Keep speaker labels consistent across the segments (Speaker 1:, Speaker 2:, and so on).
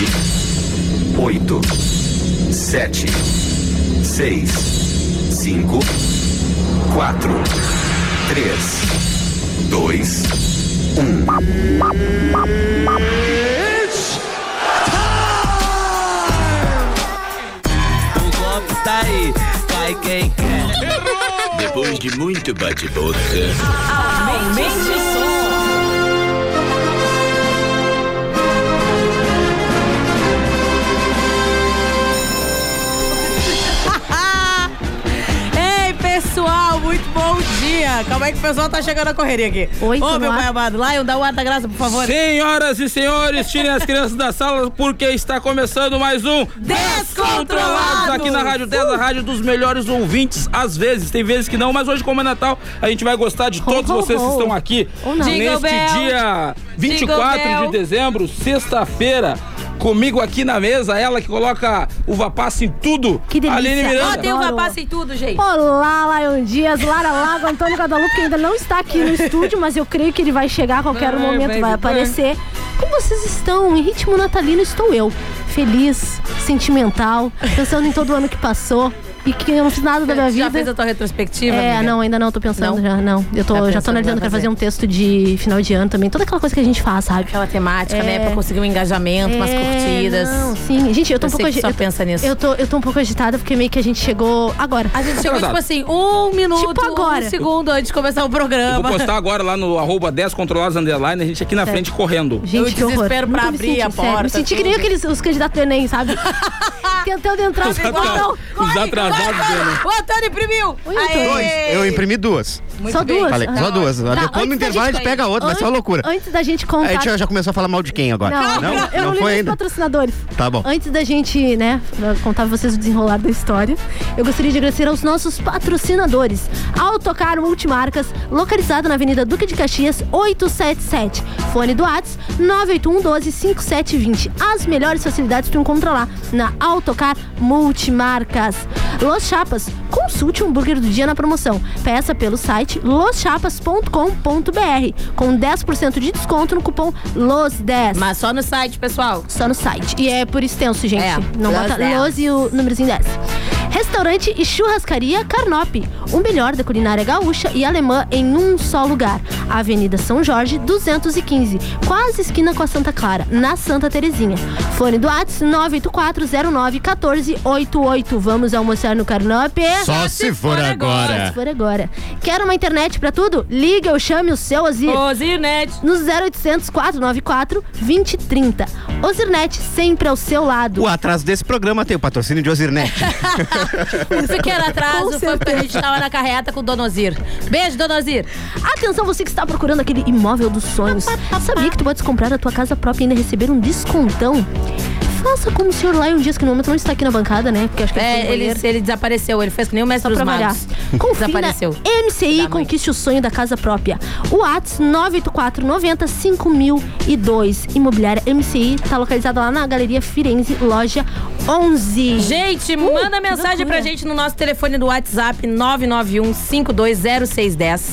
Speaker 1: nove, oito, sete, seis, cinco, quatro, três, dois, um.
Speaker 2: O golpe tá aí, cai quem quer.
Speaker 3: Depois de muito bate-boca.
Speaker 4: Aumente o som.
Speaker 5: Ei, pessoal, muito bom dia. Calma aí que o pessoal tá chegando na correria aqui.
Speaker 6: Oi,
Speaker 5: Ô,
Speaker 6: tudo
Speaker 5: meu
Speaker 6: lá?
Speaker 5: pai amado, Lion, dá o ar da graça, por favor.
Speaker 7: Senhoras e senhores, tirem as crianças da sala porque está começando mais um
Speaker 5: Descontrolados!
Speaker 7: aqui na Rádio
Speaker 6: Uh!
Speaker 7: 10, a rádio dos melhores ouvintes, às vezes, tem vezes que não, mas hoje como é Natal, a gente vai gostar de todos
Speaker 6: ho,
Speaker 7: vocês que
Speaker 6: ho.
Speaker 7: estão aqui
Speaker 6: Ou não.
Speaker 7: neste
Speaker 5: Jingle bell.
Speaker 7: dia 24
Speaker 5: Jingle bell.
Speaker 7: de dezembro, sexta-feira. Comigo aqui na mesa, ela que coloca uva passa em tudo.
Speaker 6: Que delícia.
Speaker 7: Aline Miranda.
Speaker 5: Botem o
Speaker 6: Adoro.
Speaker 5: um rapaz em tudo, gente.
Speaker 6: Olá, Lion Dias, Lara Lago, Antônio Guadalupe, que ainda não está aqui no estúdio, mas eu creio que ele vai chegar a qualquer
Speaker 5: Vai,
Speaker 6: momento,
Speaker 5: baby,
Speaker 6: vai
Speaker 5: vai.
Speaker 6: aparecer. Como vocês estão? Em ritmo natalino estou eu. Feliz, sentimental, pensando em todo o ano que passou e que eu não fiz nada da minha
Speaker 5: Já fez a
Speaker 6: vida.
Speaker 5: tua retrospectiva?
Speaker 6: É,
Speaker 5: amiga?
Speaker 6: não, ainda não, tô pensando
Speaker 5: Não?
Speaker 6: já, não. Eu tô,
Speaker 5: Tá
Speaker 6: já
Speaker 5: pensando,
Speaker 6: tô analisando
Speaker 5: vai
Speaker 6: pra fazer
Speaker 5: fazer.
Speaker 6: um texto de final de ano também, toda aquela coisa que a gente faz, sabe?
Speaker 5: Aquela temática,
Speaker 6: É.
Speaker 5: né? Pra conseguir um engajamento, umas
Speaker 6: É,
Speaker 5: curtidas.
Speaker 6: Não, sim. Gente, eu tô
Speaker 5: Eu
Speaker 6: um pouco
Speaker 5: sei que só
Speaker 6: agi- eu-
Speaker 5: pensa nisso.
Speaker 6: Eu tô, eu tô um pouco agitada porque meio que a gente chegou agora.
Speaker 5: A gente chegou,
Speaker 7: Atrasado.
Speaker 5: tipo assim, um minuto,
Speaker 6: Tipo agora.
Speaker 5: um segundo antes de começar o
Speaker 7: Eu
Speaker 5: programa.
Speaker 7: vou postar agora lá no arroba 10 controlados underline, a gente aqui na frente correndo.
Speaker 6: Gente,
Speaker 5: Eu
Speaker 6: que horror.
Speaker 5: desespero pra
Speaker 6: Nunca me
Speaker 5: abrir
Speaker 6: senti,
Speaker 5: a
Speaker 6: sério.
Speaker 5: porta,
Speaker 6: Me senti que nem
Speaker 5: tudo.
Speaker 6: aqueles os candidatos do Enem, sabe? Tentando entrar,
Speaker 7: Os
Speaker 6: não, não.
Speaker 7: atra- os atrasados dele. né?
Speaker 5: O Antônio imprimiu!
Speaker 6: Oi, Antônio.
Speaker 8: Dois.
Speaker 5: Aê!
Speaker 8: Eu imprimi duas.
Speaker 5: Muito
Speaker 6: Só
Speaker 5: bem.
Speaker 6: duas.
Speaker 8: Falei,
Speaker 6: Tá
Speaker 8: só duas.
Speaker 6: Tá,
Speaker 8: Depois
Speaker 6: antes
Speaker 8: no
Speaker 6: da
Speaker 8: intervalo a
Speaker 5: gente
Speaker 8: gente pega outra, vai ser é uma
Speaker 6: Antes-
Speaker 8: loucura. É,
Speaker 6: Antes da gente
Speaker 8: A
Speaker 6: contar.
Speaker 8: gente já começou a falar mal de quem agora?
Speaker 6: Não, eu eu não,
Speaker 8: foi
Speaker 6: lembro dos
Speaker 8: ainda.
Speaker 6: patrocinadores.
Speaker 8: Tá bom.
Speaker 6: Antes da gente, né, contar pra vocês o desenrolar da história, eu gostaria de agradecer aos nossos patrocinadores. Autocar Multimarcas, localizado na Avenida Duque de Caxias, 877. Fone do Whats, 981 12 5720. As melhores facilidades tu encontra lá, na Autocar Multimarcas. Los Chapas, consulte o hambúrguer do dia na promoção. Peça pelo site loschapas.com.br com 10% de desconto no cupom LOS10.
Speaker 5: Mas só no site, pessoal.
Speaker 6: Só no site. E é por extenso, gente.
Speaker 5: É,
Speaker 6: Não
Speaker 5: Los
Speaker 6: bota
Speaker 5: Dez.
Speaker 6: los e o númerozinho 10. Restaurante e churrascaria Carnop. O melhor da culinária gaúcha e alemã em um só lugar. Avenida São Jorge, 215. Quase esquina com a Santa Clara, na Santa Terezinha. Fone do Whats 984091488. Vamos almoçar no Carnop?
Speaker 8: Só é. se for agora.
Speaker 6: Se for agora. Quer uma internet pra tudo? Liga ou chame o seu Osiris
Speaker 5: Ô, Zinete.
Speaker 6: no 0800 494 2030. Ozirnet sempre ao seu lado.
Speaker 8: O atraso desse programa tem o patrocínio de Osirnet.
Speaker 5: Um pequeno
Speaker 6: Com
Speaker 5: atraso foi porque a gente tava na carreta com o Donozir. Beijo, Donozir.
Speaker 6: Atenção você que está procurando aquele imóvel dos sonhos. Sabia que tu podes comprar a tua casa própria e ainda receber um descontão? Faça como o senhor Lion Dias, que no momento não está aqui na bancada, né? Porque acho que foi no
Speaker 5: É, ele,
Speaker 6: banheiro.
Speaker 5: ele desapareceu, ele fez que nem o mestre dos
Speaker 6: trabalhar.
Speaker 5: magos.
Speaker 6: Confie na
Speaker 5: Desapareceu.
Speaker 6: MCI
Speaker 5: Da mãe.
Speaker 6: Conquiste o Sonho da Casa Própria. O ATS 984905002. Imobiliária MCI está tá localizada lá na Galeria Firenze, loja 11.
Speaker 5: Gente, manda mensagem pra
Speaker 6: Uh, loucura.
Speaker 5: gente no nosso telefone do WhatsApp 991-520610.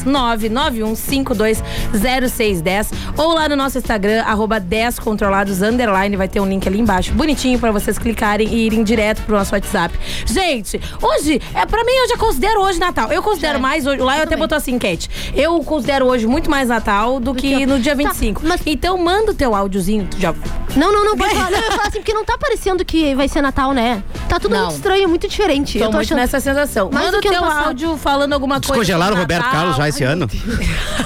Speaker 5: 991-520610. Ou lá no nosso Instagram, arroba 10controlados underline. Vai ter um link ali embaixo, bonitinho, pra vocês clicarem e irem direto pro nosso WhatsApp. Gente, hoje, é pra mim, eu já considero hoje Natal. Eu considero
Speaker 6: Já. é.
Speaker 5: mais hoje. Lá eu até
Speaker 6: também.
Speaker 5: botou assim, enquete. Eu considero hoje muito mais Natal do que
Speaker 6: que-
Speaker 5: no dia
Speaker 6: Tá,
Speaker 5: 25.
Speaker 6: mas-
Speaker 5: Então manda o teu áudiozinho. tu Já...
Speaker 6: Não, não, não, pode falar. Não, eu falo assim, porque não tá parecendo que vai ser Natal, né? Tá tudo
Speaker 5: Não.
Speaker 6: muito estranho, muito diferente.
Speaker 5: Tô
Speaker 6: eu tô
Speaker 5: muito
Speaker 6: achando.
Speaker 5: nessa sensação.
Speaker 6: Mais
Speaker 5: Manda
Speaker 6: do
Speaker 5: o
Speaker 6: que ano
Speaker 5: teu
Speaker 6: passado.
Speaker 5: áudio falando alguma coisa. tá
Speaker 8: Descongelaram o
Speaker 5: sobre
Speaker 8: Roberto
Speaker 5: Natal.
Speaker 8: Carlos já esse ano?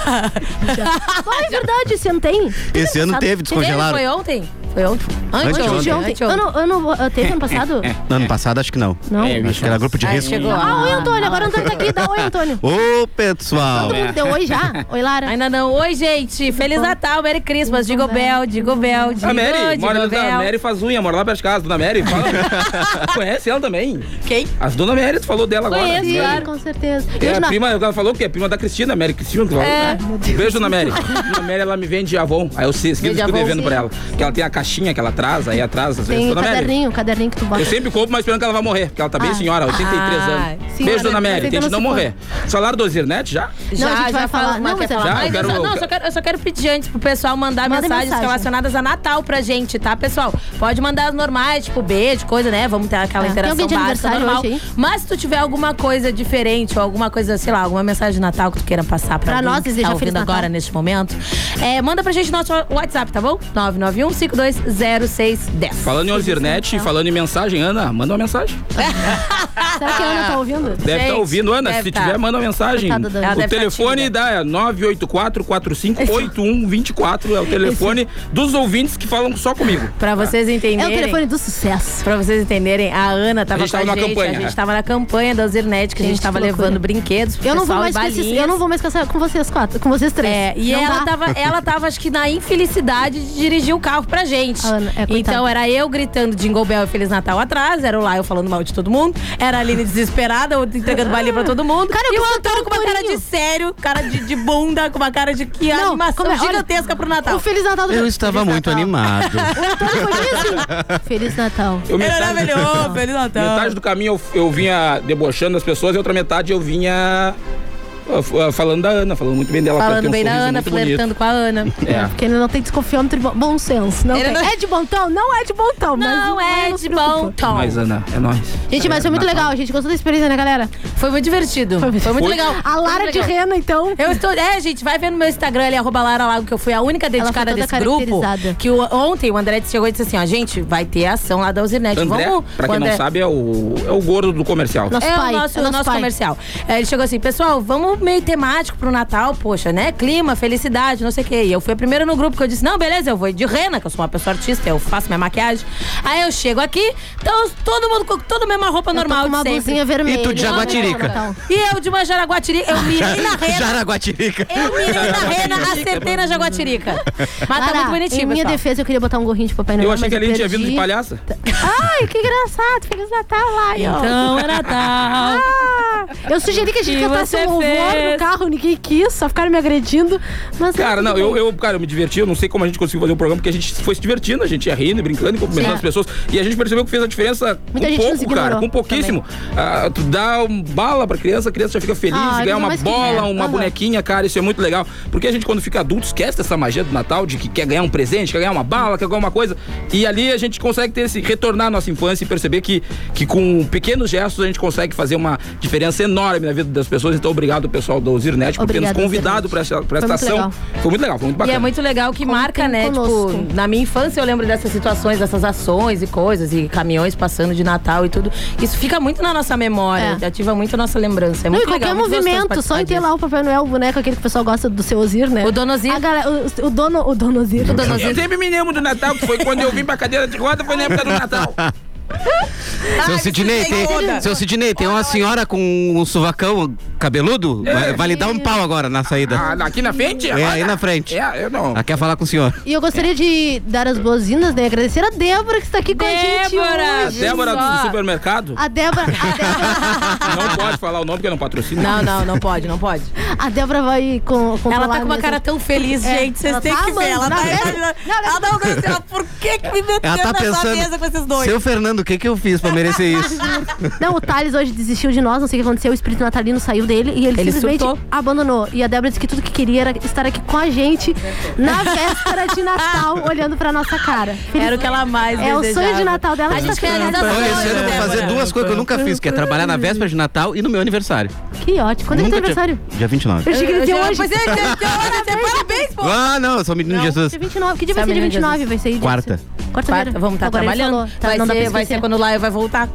Speaker 6: Ah, é verdade, esse ano tem.
Speaker 8: Esse ano
Speaker 6: Sabe?
Speaker 8: teve
Speaker 5: tá Teve?
Speaker 8: descongelaram.
Speaker 5: Foi ontem? Foi ontem?
Speaker 8: Antes
Speaker 6: Foi de ontem.
Speaker 5: Antes
Speaker 6: Ano, ano, ah, teve ano passado?
Speaker 5: É.
Speaker 8: No ano passado, acho que não.
Speaker 6: Não.
Speaker 7: É,
Speaker 8: Acho que era grupo de
Speaker 5: Aí
Speaker 8: risco.
Speaker 5: chegou.
Speaker 6: Ah, oi,
Speaker 5: Ah,
Speaker 6: Antônio. Agora o Antônio tá aqui. Dá oi, Antônio.
Speaker 8: Ô, pessoal.
Speaker 6: Todo mundo deu oi já? Oi, Lara.
Speaker 5: Ainda não. Oi, gente. Feliz Natal, Merry Christmas. Digo Bel, digo Bel, digo
Speaker 7: A Merry Ah, Mary,
Speaker 5: de
Speaker 7: mora ali
Speaker 5: Novel.
Speaker 7: na Mary faz unha, mora lá perto de casa, Dona Mary. Fala. Conhece ela também?
Speaker 4: Quem?
Speaker 7: As Dona Mary, tu falou dela agora.
Speaker 5: Conheço,
Speaker 7: Mary.
Speaker 5: claro.
Speaker 6: Com certeza. E
Speaker 7: É
Speaker 6: hoje
Speaker 7: a
Speaker 6: na-
Speaker 7: prima, ela falou que é prima da Cristina, Mary Cristina. que falou. Ah,
Speaker 5: É.
Speaker 7: Beijo, Dona Mary. Dona Mary, ela me vende Avon. Aí eu sei, sempre
Speaker 5: Vende
Speaker 7: fico
Speaker 5: Avon,
Speaker 7: devendo
Speaker 5: sim.
Speaker 7: pra ela. Porque ela tem a caixinha que ela traz, aí atrás, às vezes.
Speaker 6: Tem o
Speaker 7: Dona Mary.
Speaker 6: caderninho, o caderninho que tu bota.
Speaker 7: Eu sempre compro, mas esperando que ela vai morrer, porque ela tá bem senhora, 83
Speaker 5: Ai,
Speaker 7: anos.
Speaker 6: sim,
Speaker 7: Beijo,
Speaker 6: mas
Speaker 7: Dona
Speaker 6: é- mas
Speaker 7: Mary,
Speaker 6: é que
Speaker 7: tente
Speaker 6: ela
Speaker 7: não
Speaker 6: se
Speaker 7: morrer. Salário do Zirnet já?
Speaker 6: Não, a gente vai falar.
Speaker 5: Não,
Speaker 6: Não,
Speaker 5: mas é
Speaker 6: mas ela-
Speaker 7: Já, eu
Speaker 5: Mas eu
Speaker 7: quero-
Speaker 5: só, não, eu só quero, eu só quero pedir antes pro pessoal mandar
Speaker 6: Manda
Speaker 5: mensagens
Speaker 6: mensagem.
Speaker 5: relacionadas a Natal pra gente, tá, pessoal? Pode mandar as normais, tipo beijo, coisa, né? Vamos ter aquela
Speaker 6: É, tem
Speaker 5: interação
Speaker 6: alguém de
Speaker 5: básica,
Speaker 6: aniversário
Speaker 5: normal.
Speaker 6: hoje aí?
Speaker 5: Mas se tu tiver alguma coisa diferente ou alguma coisa, sei lá, alguma mensagem de Natal que tu queira passar pra,
Speaker 6: Pra
Speaker 5: alguém
Speaker 6: nós,
Speaker 5: que tá
Speaker 6: deseja Feliz
Speaker 5: ouvindo
Speaker 6: Natal.
Speaker 5: agora, neste momento, é, manda pra gente nosso WhatsApp, tá bom? 991 520610
Speaker 7: Falando em Ozirnet, falando em mensagem, Ana, manda uma mensagem.
Speaker 6: Será que a Ana tá ouvindo?
Speaker 7: Deve estar
Speaker 5: Gente,
Speaker 7: ouvindo, Ana.
Speaker 5: deve
Speaker 7: Se
Speaker 5: tá.
Speaker 7: tiver, manda uma mensagem.
Speaker 6: Coitada da Ana. Ela
Speaker 5: deve
Speaker 7: O
Speaker 5: tá
Speaker 7: telefone
Speaker 5: tímida.
Speaker 7: dá é 984-458124. É o telefone dos ouvintes que falam só comigo.
Speaker 5: Pra vocês entenderem.
Speaker 6: É o telefone do sucesso.
Speaker 5: Pra vocês entenderem, a Ana tava
Speaker 7: A gente
Speaker 5: com a
Speaker 7: tava na
Speaker 5: gente,
Speaker 7: campanha,
Speaker 5: a gente
Speaker 7: né?
Speaker 5: tava na campanha da Zirnet, que a gente
Speaker 6: Gente,
Speaker 5: tava
Speaker 6: que loucura.
Speaker 5: levando brinquedos pro
Speaker 6: Eu não, vou
Speaker 5: pessoal,
Speaker 6: mais com esses,
Speaker 5: balinhas.
Speaker 6: eu não vou mais com essa- com vocês quatro, com vocês três.
Speaker 5: É, e
Speaker 6: Não
Speaker 5: ela
Speaker 6: dá.
Speaker 5: tava, ela tava, acho que, na infelicidade de dirigir o carro pra gente.
Speaker 6: Ana, é, coitada.
Speaker 5: então era eu gritando Jingle Bell e Feliz Natal atrás, era o Laio falando mal de todo mundo, era a Aline desesperada, eu entregando balinha pra todo mundo.
Speaker 6: Cara, eu
Speaker 5: e o
Speaker 6: vou
Speaker 5: Antônio com uma cara de sério, cara de, de bunda, com uma cara de que
Speaker 6: Não,
Speaker 5: animação
Speaker 6: como é? Olha,
Speaker 5: gigantesca pro Natal.
Speaker 6: O Feliz Natal do
Speaker 8: Eu estava
Speaker 6: Feliz
Speaker 8: muito
Speaker 6: Natal.
Speaker 8: animado.
Speaker 6: Então foi bem assim. Feliz Natal.
Speaker 7: Eu
Speaker 5: Era
Speaker 7: metade-
Speaker 5: maravilhoso, Feliz Natal.
Speaker 7: Metade do caminho eu, eu vinha debochando as pessoas e outra metade eu vinha ah, ah, falando da Ana, falando muito bem dela. porque ela
Speaker 5: Falando
Speaker 7: tem um
Speaker 5: bem da
Speaker 7: sorriso
Speaker 5: Ana,
Speaker 7: muito bonito.
Speaker 5: flertando com a Ana.
Speaker 7: É.
Speaker 6: Porque ele não tem desconfiômetro e bom- bom senso. Não
Speaker 5: Ele
Speaker 6: tem.
Speaker 5: não-
Speaker 6: É de bom tom? Não é de bom tom. mas
Speaker 5: Não é
Speaker 6: nos
Speaker 5: de
Speaker 6: preocupa.
Speaker 5: bom tom.
Speaker 7: Mas, Ana, é nóis.
Speaker 6: Gente, mas foi muito legal. A gente gostou da experiência, né, galera?
Speaker 5: Foi muito divertido. Foi, muito
Speaker 7: Foi.
Speaker 5: legal.
Speaker 6: A
Speaker 5: Foi
Speaker 6: Lara
Speaker 5: muito
Speaker 6: de
Speaker 5: legal.
Speaker 6: Rena, então.
Speaker 5: Eu estou. É, gente, vai ver no meu Instagram ali, arroba Lara Lago, que eu fui a única dedicada
Speaker 6: foi toda
Speaker 5: desse grupo.
Speaker 6: caracterizada.
Speaker 5: Que o- ontem o André chegou e disse assim: ó, gente, vai ter ação lá da Usinete.
Speaker 7: André,
Speaker 5: Vamos.
Speaker 7: pra
Speaker 5: o
Speaker 7: quem
Speaker 5: André-
Speaker 7: não sabe, é o, é o gordo do comercial.
Speaker 6: Nossa.
Speaker 5: é
Speaker 6: pai,
Speaker 5: o nosso,
Speaker 6: é nosso
Speaker 5: nosso
Speaker 6: pai.
Speaker 5: comercial. É, ele chegou assim, pessoal, vamos meio temático pro Natal, poxa, né? Clima, felicidade, não sei o quê. E eu fui a primeira no grupo que eu disse, não, beleza, eu vou de rena, que eu sou uma pessoa artista, eu faço minha maquiagem. Aí eu chego aqui, então todo mundo com toda a mesma roupa
Speaker 6: Eu tô
Speaker 5: normal
Speaker 6: com uma
Speaker 5: de sempre.
Speaker 6: blusinha vermelha. Então,
Speaker 8: E tu de
Speaker 6: Eu amo
Speaker 8: jaguatirica.
Speaker 6: Natal.
Speaker 5: E eu de uma Jaraguatirica, eu mirei na rena.
Speaker 8: Jaraguatirica.
Speaker 5: Eu mirei na rena, acertei na Jaguatirica. Mas tá
Speaker 6: Lara,
Speaker 5: muito
Speaker 6: Em
Speaker 5: bonitinho,
Speaker 6: minha
Speaker 5: pessoal.
Speaker 6: defesa, eu queria botar um gorrinho de Papai Noel.
Speaker 7: Eu achei
Speaker 6: mas
Speaker 7: que a Aline tinha
Speaker 6: perdi.
Speaker 7: vindo de palhaça.
Speaker 6: Ai, que engraçado. Feliz Natal, Lion.
Speaker 5: Então é Natal.
Speaker 6: Eu sugeri que a gente
Speaker 5: Então, E
Speaker 6: cantasse
Speaker 5: você
Speaker 6: um louvor
Speaker 5: fez.
Speaker 6: no carro, ninguém quis, só ficaram me agredindo. Mas
Speaker 7: Cara, não,
Speaker 6: tudo
Speaker 7: eu,
Speaker 6: bem.
Speaker 7: eu, cara, eu me diverti, eu não sei como a gente conseguiu fazer o programa, porque a gente foi se divertindo, a gente ia rindo, e brincando, e cumprimentando
Speaker 6: Sim.
Speaker 7: as pessoas. E a gente percebeu que fez a diferença
Speaker 6: É. Muita
Speaker 7: com
Speaker 6: gente nos
Speaker 7: pouco,
Speaker 6: ignorou
Speaker 7: cara, com pouquíssimo. Ah, tu dá um bala pra criança, a criança já fica feliz,
Speaker 6: Ah,
Speaker 7: ganha
Speaker 6: não,
Speaker 7: uma
Speaker 6: mas que
Speaker 7: bola,
Speaker 6: merda.
Speaker 7: uma
Speaker 6: Aham.
Speaker 7: bonequinha, cara, isso é muito legal. Porque a gente, quando fica adulto, esquece dessa magia do Natal, de que quer ganhar um presente, quer ganhar uma bala, quer ganhar uma coisa. E ali a gente consegue ter esse, retornar à nossa infância e perceber que, que com pequenos gestos a gente consegue fazer uma diferença enorme na vida das pessoas. Então, obrigado, pessoal do Zirnet, por ter nos
Speaker 6: Obrigada,
Speaker 7: convidado
Speaker 6: Zirnet.
Speaker 7: pra essa, pra essa
Speaker 6: Foi muito
Speaker 7: ação.
Speaker 6: legal.
Speaker 7: Foi muito legal, foi muito
Speaker 5: E
Speaker 7: bacana.
Speaker 5: é muito legal que marca, né?
Speaker 6: conosco.
Speaker 5: Tipo, na minha infância eu lembro dessas situações, dessas ações e coisas, e caminhões passando de Natal e tudo. Isso fica muito na nossa memória,
Speaker 6: É.
Speaker 5: ativa muito a nossa lembrança. É
Speaker 6: Não,
Speaker 5: muito
Speaker 6: e qualquer
Speaker 5: legal, muito gostoso
Speaker 6: movimento, só
Speaker 5: participar
Speaker 6: em ter
Speaker 5: disso.
Speaker 6: lá o Papai Noel, o boneco, aquele que o pessoal gosta do seu Ozir, né?
Speaker 5: O dono Ozir.
Speaker 6: A galera, o, o dono, o dono Ozir. O
Speaker 5: dono
Speaker 7: Eu sempre me lembro do Natal, que foi quando eu vim pra cadeira de roda, foi na época do Natal.
Speaker 8: Seu Sidney, tem, seu Sidney, tem uma senhora com um sovacão cabeludo? Vai, vai lhe dar um pau agora na
Speaker 7: Ah,
Speaker 8: saída.
Speaker 7: aqui na frente?
Speaker 8: É, aí na frente.
Speaker 7: É, eu não.
Speaker 8: Ela quer falar com o senhor.
Speaker 6: E eu gostaria de dar as boas-vindas, né? Agradecer a Débora que está aqui com a
Speaker 5: Débora!
Speaker 7: A
Speaker 6: gente hoje.
Speaker 7: Débora
Speaker 5: só.
Speaker 7: do supermercado?
Speaker 6: A Débora, a Débora,
Speaker 7: Não pode falar o nome, porque eu não patrocino.
Speaker 5: Não, não, não pode, não pode.
Speaker 6: a Débora vai com,
Speaker 5: Ela tá com uma cara tão feliz,
Speaker 6: É,
Speaker 5: gente. Vocês
Speaker 6: ela
Speaker 5: têm
Speaker 6: tá
Speaker 5: que ver. Ela
Speaker 6: amando,
Speaker 5: tá.
Speaker 6: né?
Speaker 5: Ela, ela não ela, por que, que me meteu
Speaker 8: Ela tá
Speaker 5: nessa mesa com esses
Speaker 8: pensando.
Speaker 5: dois?
Speaker 8: Seu Fernando, o que, que eu fiz pra merecer isso?
Speaker 5: tá-
Speaker 6: Não, o Thales hoje desistiu de nós, não sei o que aconteceu, o espírito natalino saiu dele e ele,
Speaker 5: Ele
Speaker 6: simplesmente
Speaker 5: surtou.
Speaker 6: abandonou. E a Débora disse que tudo que queria era estar aqui com a gente na véspera de Natal, olhando pra nossa cara.
Speaker 5: Era o que ela mais
Speaker 6: É o sonho de Natal dela,
Speaker 5: A
Speaker 6: que
Speaker 5: gente
Speaker 6: tá
Speaker 5: realiza
Speaker 6: chegando.
Speaker 8: Olha, esse ano eu vou fazer duas coisas que eu nunca fiz, que é trabalhar na véspera de Natal e no meu aniversário.
Speaker 6: Que ótimo. Quando é que é teu
Speaker 8: Nunca tinha-
Speaker 6: aniversário?
Speaker 8: Dia 29.
Speaker 6: Eu achei que ele deu hoje.
Speaker 5: Pois é, ele deu hoje. até Parabéns, pô.
Speaker 8: Ah, não, eu sou menino de Jesus.
Speaker 6: Dia 29. Que dia
Speaker 5: Só
Speaker 6: vai ser dia
Speaker 5: menino
Speaker 6: 29? Vai ser dia-
Speaker 8: Quarta.
Speaker 6: Quarta-feira.
Speaker 5: né, Quarta, vamos estar
Speaker 6: Agora ele
Speaker 5: trabalhando.
Speaker 6: falou, tá?
Speaker 5: vai,
Speaker 6: Não dá pra
Speaker 5: ser, vai
Speaker 6: esquecer.
Speaker 5: ser quando o Laio vai voltar.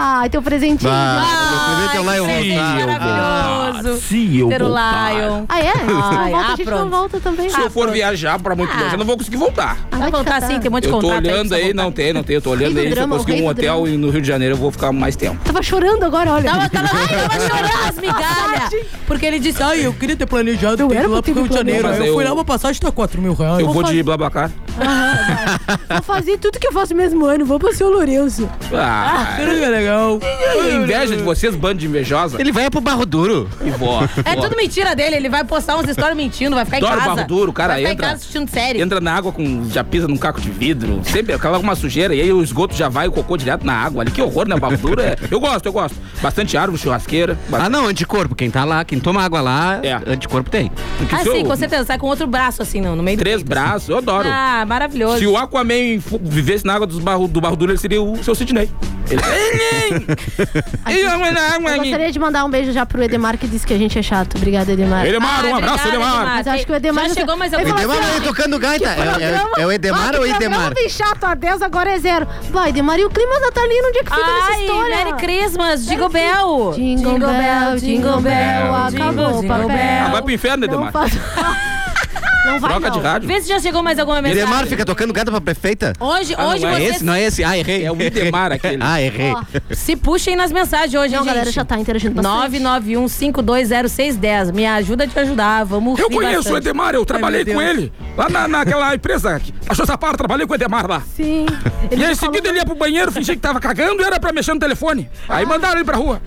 Speaker 6: Ai, teu então presentinho.
Speaker 8: Ah, meu presente é lá eu
Speaker 5: presente
Speaker 8: voltar.
Speaker 5: maravilhoso.
Speaker 7: se Ah, eu
Speaker 5: Ter o
Speaker 7: voltar.
Speaker 5: Lion.
Speaker 6: Ah, é? Se não
Speaker 5: Ai,
Speaker 6: volta,
Speaker 5: ah,
Speaker 6: a gente não
Speaker 5: pronto.
Speaker 6: volta também. Ah, tá
Speaker 7: Se eu for
Speaker 5: pronto.
Speaker 7: viajar pra muito longe, eu não vou conseguir voltar.
Speaker 5: Vai voltar sim, tem um monte de
Speaker 7: Eu tô
Speaker 5: contato
Speaker 7: olhando aí, não tem, não tem, eu tô olhando
Speaker 6: do
Speaker 7: aí. Se eu
Speaker 6: drama, o
Speaker 7: conseguir
Speaker 6: rei
Speaker 7: um
Speaker 6: do
Speaker 7: hotel
Speaker 6: drama.
Speaker 7: e no Rio de Janeiro, eu vou ficar mais tempo.
Speaker 6: Tava chorando agora, olha.
Speaker 5: Tava, tava, ai, tava chorando as migalhas. Porque ele disse, ai, eu queria ter planejado
Speaker 9: Eu
Speaker 5: ter
Speaker 9: era
Speaker 5: ido
Speaker 9: pra
Speaker 5: lá pro
Speaker 9: ter
Speaker 5: Rio de
Speaker 9: planejado.
Speaker 5: Janeiro.
Speaker 7: Mas
Speaker 5: Aí
Speaker 7: eu-
Speaker 5: Eu fui lá, uma passagem tá 4 mil reais.
Speaker 7: Eu vou de Blabacar.
Speaker 6: Vou fazer tudo que eu faço mesmo ano. Vou pro seu Lourenço.
Speaker 7: Ah,
Speaker 2: legal.
Speaker 7: inveja de vocês, bando de invejosa.
Speaker 8: Ele vai pro barro duro.
Speaker 7: E vó.
Speaker 5: É
Speaker 7: vó.
Speaker 5: tudo mentira dele, ele vai postar umas histórias mentindo, vai ficar em
Speaker 7: Adoro
Speaker 5: casa.
Speaker 7: barro duro, o cara
Speaker 5: vai ficar
Speaker 7: entra-
Speaker 5: em casa assistindo série.
Speaker 7: Entra na água com. Já pisa num caco de vidro. Sempre coloca uma sujeira e aí o esgoto já vai, o cocô direto na água ali. Que horror, né? Barro duro é. Eu gosto, eu gosto. Bastante árvore, churrasqueira. ba-
Speaker 8: Ah, não, anticorpo. Quem tá lá, quem toma água lá,
Speaker 7: É.
Speaker 8: anticorpo tem.
Speaker 7: porque
Speaker 5: Ah,
Speaker 7: se eu-
Speaker 5: sim, com certeza, sai com outro braço assim, não, no meio
Speaker 7: Três braços, eu
Speaker 5: do...
Speaker 7: adoro.
Speaker 5: Ah, maravilhoso.
Speaker 7: Se o Aquaman fu- vivesse na água dos barro, do barro duro, ele seria o seu Sidney. Ele... Ele é na água,
Speaker 6: Eu
Speaker 7: hein?
Speaker 6: gostaria de mandar um beijo já pro Edemar, que disse que a gente é chato. Obrigada, Edemar.
Speaker 7: Edemar,
Speaker 5: é
Speaker 7: um abraço,
Speaker 5: Ah, obrigada,
Speaker 7: Edemar.
Speaker 6: Mas acho que o Edemar
Speaker 5: Já
Speaker 6: já-
Speaker 5: chegou, mas eu
Speaker 6: Ele
Speaker 5: gosto.
Speaker 6: falou
Speaker 5: Edemar,
Speaker 6: assim,
Speaker 5: ele
Speaker 8: tocando gaita. É,
Speaker 6: Programa- Ah, que programa tem chato a 10, agora é zero. Vai, Edemar, e o clima natalino, onde é que fica nessa
Speaker 5: Ai,
Speaker 6: história?
Speaker 5: Merry Christmas, Jingle Bell.
Speaker 6: Jingle Bell, Jingle Bell, acabou o
Speaker 5: Jingle
Speaker 6: papel.
Speaker 5: Bell.
Speaker 7: Ah, vai pro inferno, Edemar.
Speaker 6: Não, faço- Não vai,
Speaker 7: Troca
Speaker 6: não.
Speaker 7: de rádio.
Speaker 5: Vê se já chegou mais alguma mensagem.
Speaker 8: Idemar fica tocando gaita pra prefeita?
Speaker 5: Hoje,
Speaker 7: Ah, não
Speaker 5: hoje
Speaker 7: é
Speaker 8: É
Speaker 5: vocês
Speaker 8: esse? Não é esse? Ah, errei.
Speaker 7: É o Idemar aquele.
Speaker 8: ah, errei.
Speaker 6: Ó,
Speaker 5: se puxem nas mensagens hoje,
Speaker 6: Não,
Speaker 5: hein, gente.
Speaker 6: galera, já tá interagindo bastante.
Speaker 5: 991-520610. Me ajuda a te ajudar, vamos
Speaker 7: Eu
Speaker 5: rir
Speaker 7: conheço o
Speaker 5: bastante.
Speaker 7: Edemar, eu trabalhei
Speaker 5: meu
Speaker 7: com
Speaker 5: Deus.
Speaker 7: ele. Lá na, naquela empresa, que- a Josapar, trabalhei com o Edemar lá.
Speaker 6: Sim.
Speaker 7: E aí, em
Speaker 6: já falou-
Speaker 7: seguida, ele ia pro banheiro, fingia que tava cagando e era pra mexer no telefone. Aí mandaram ele pra rua.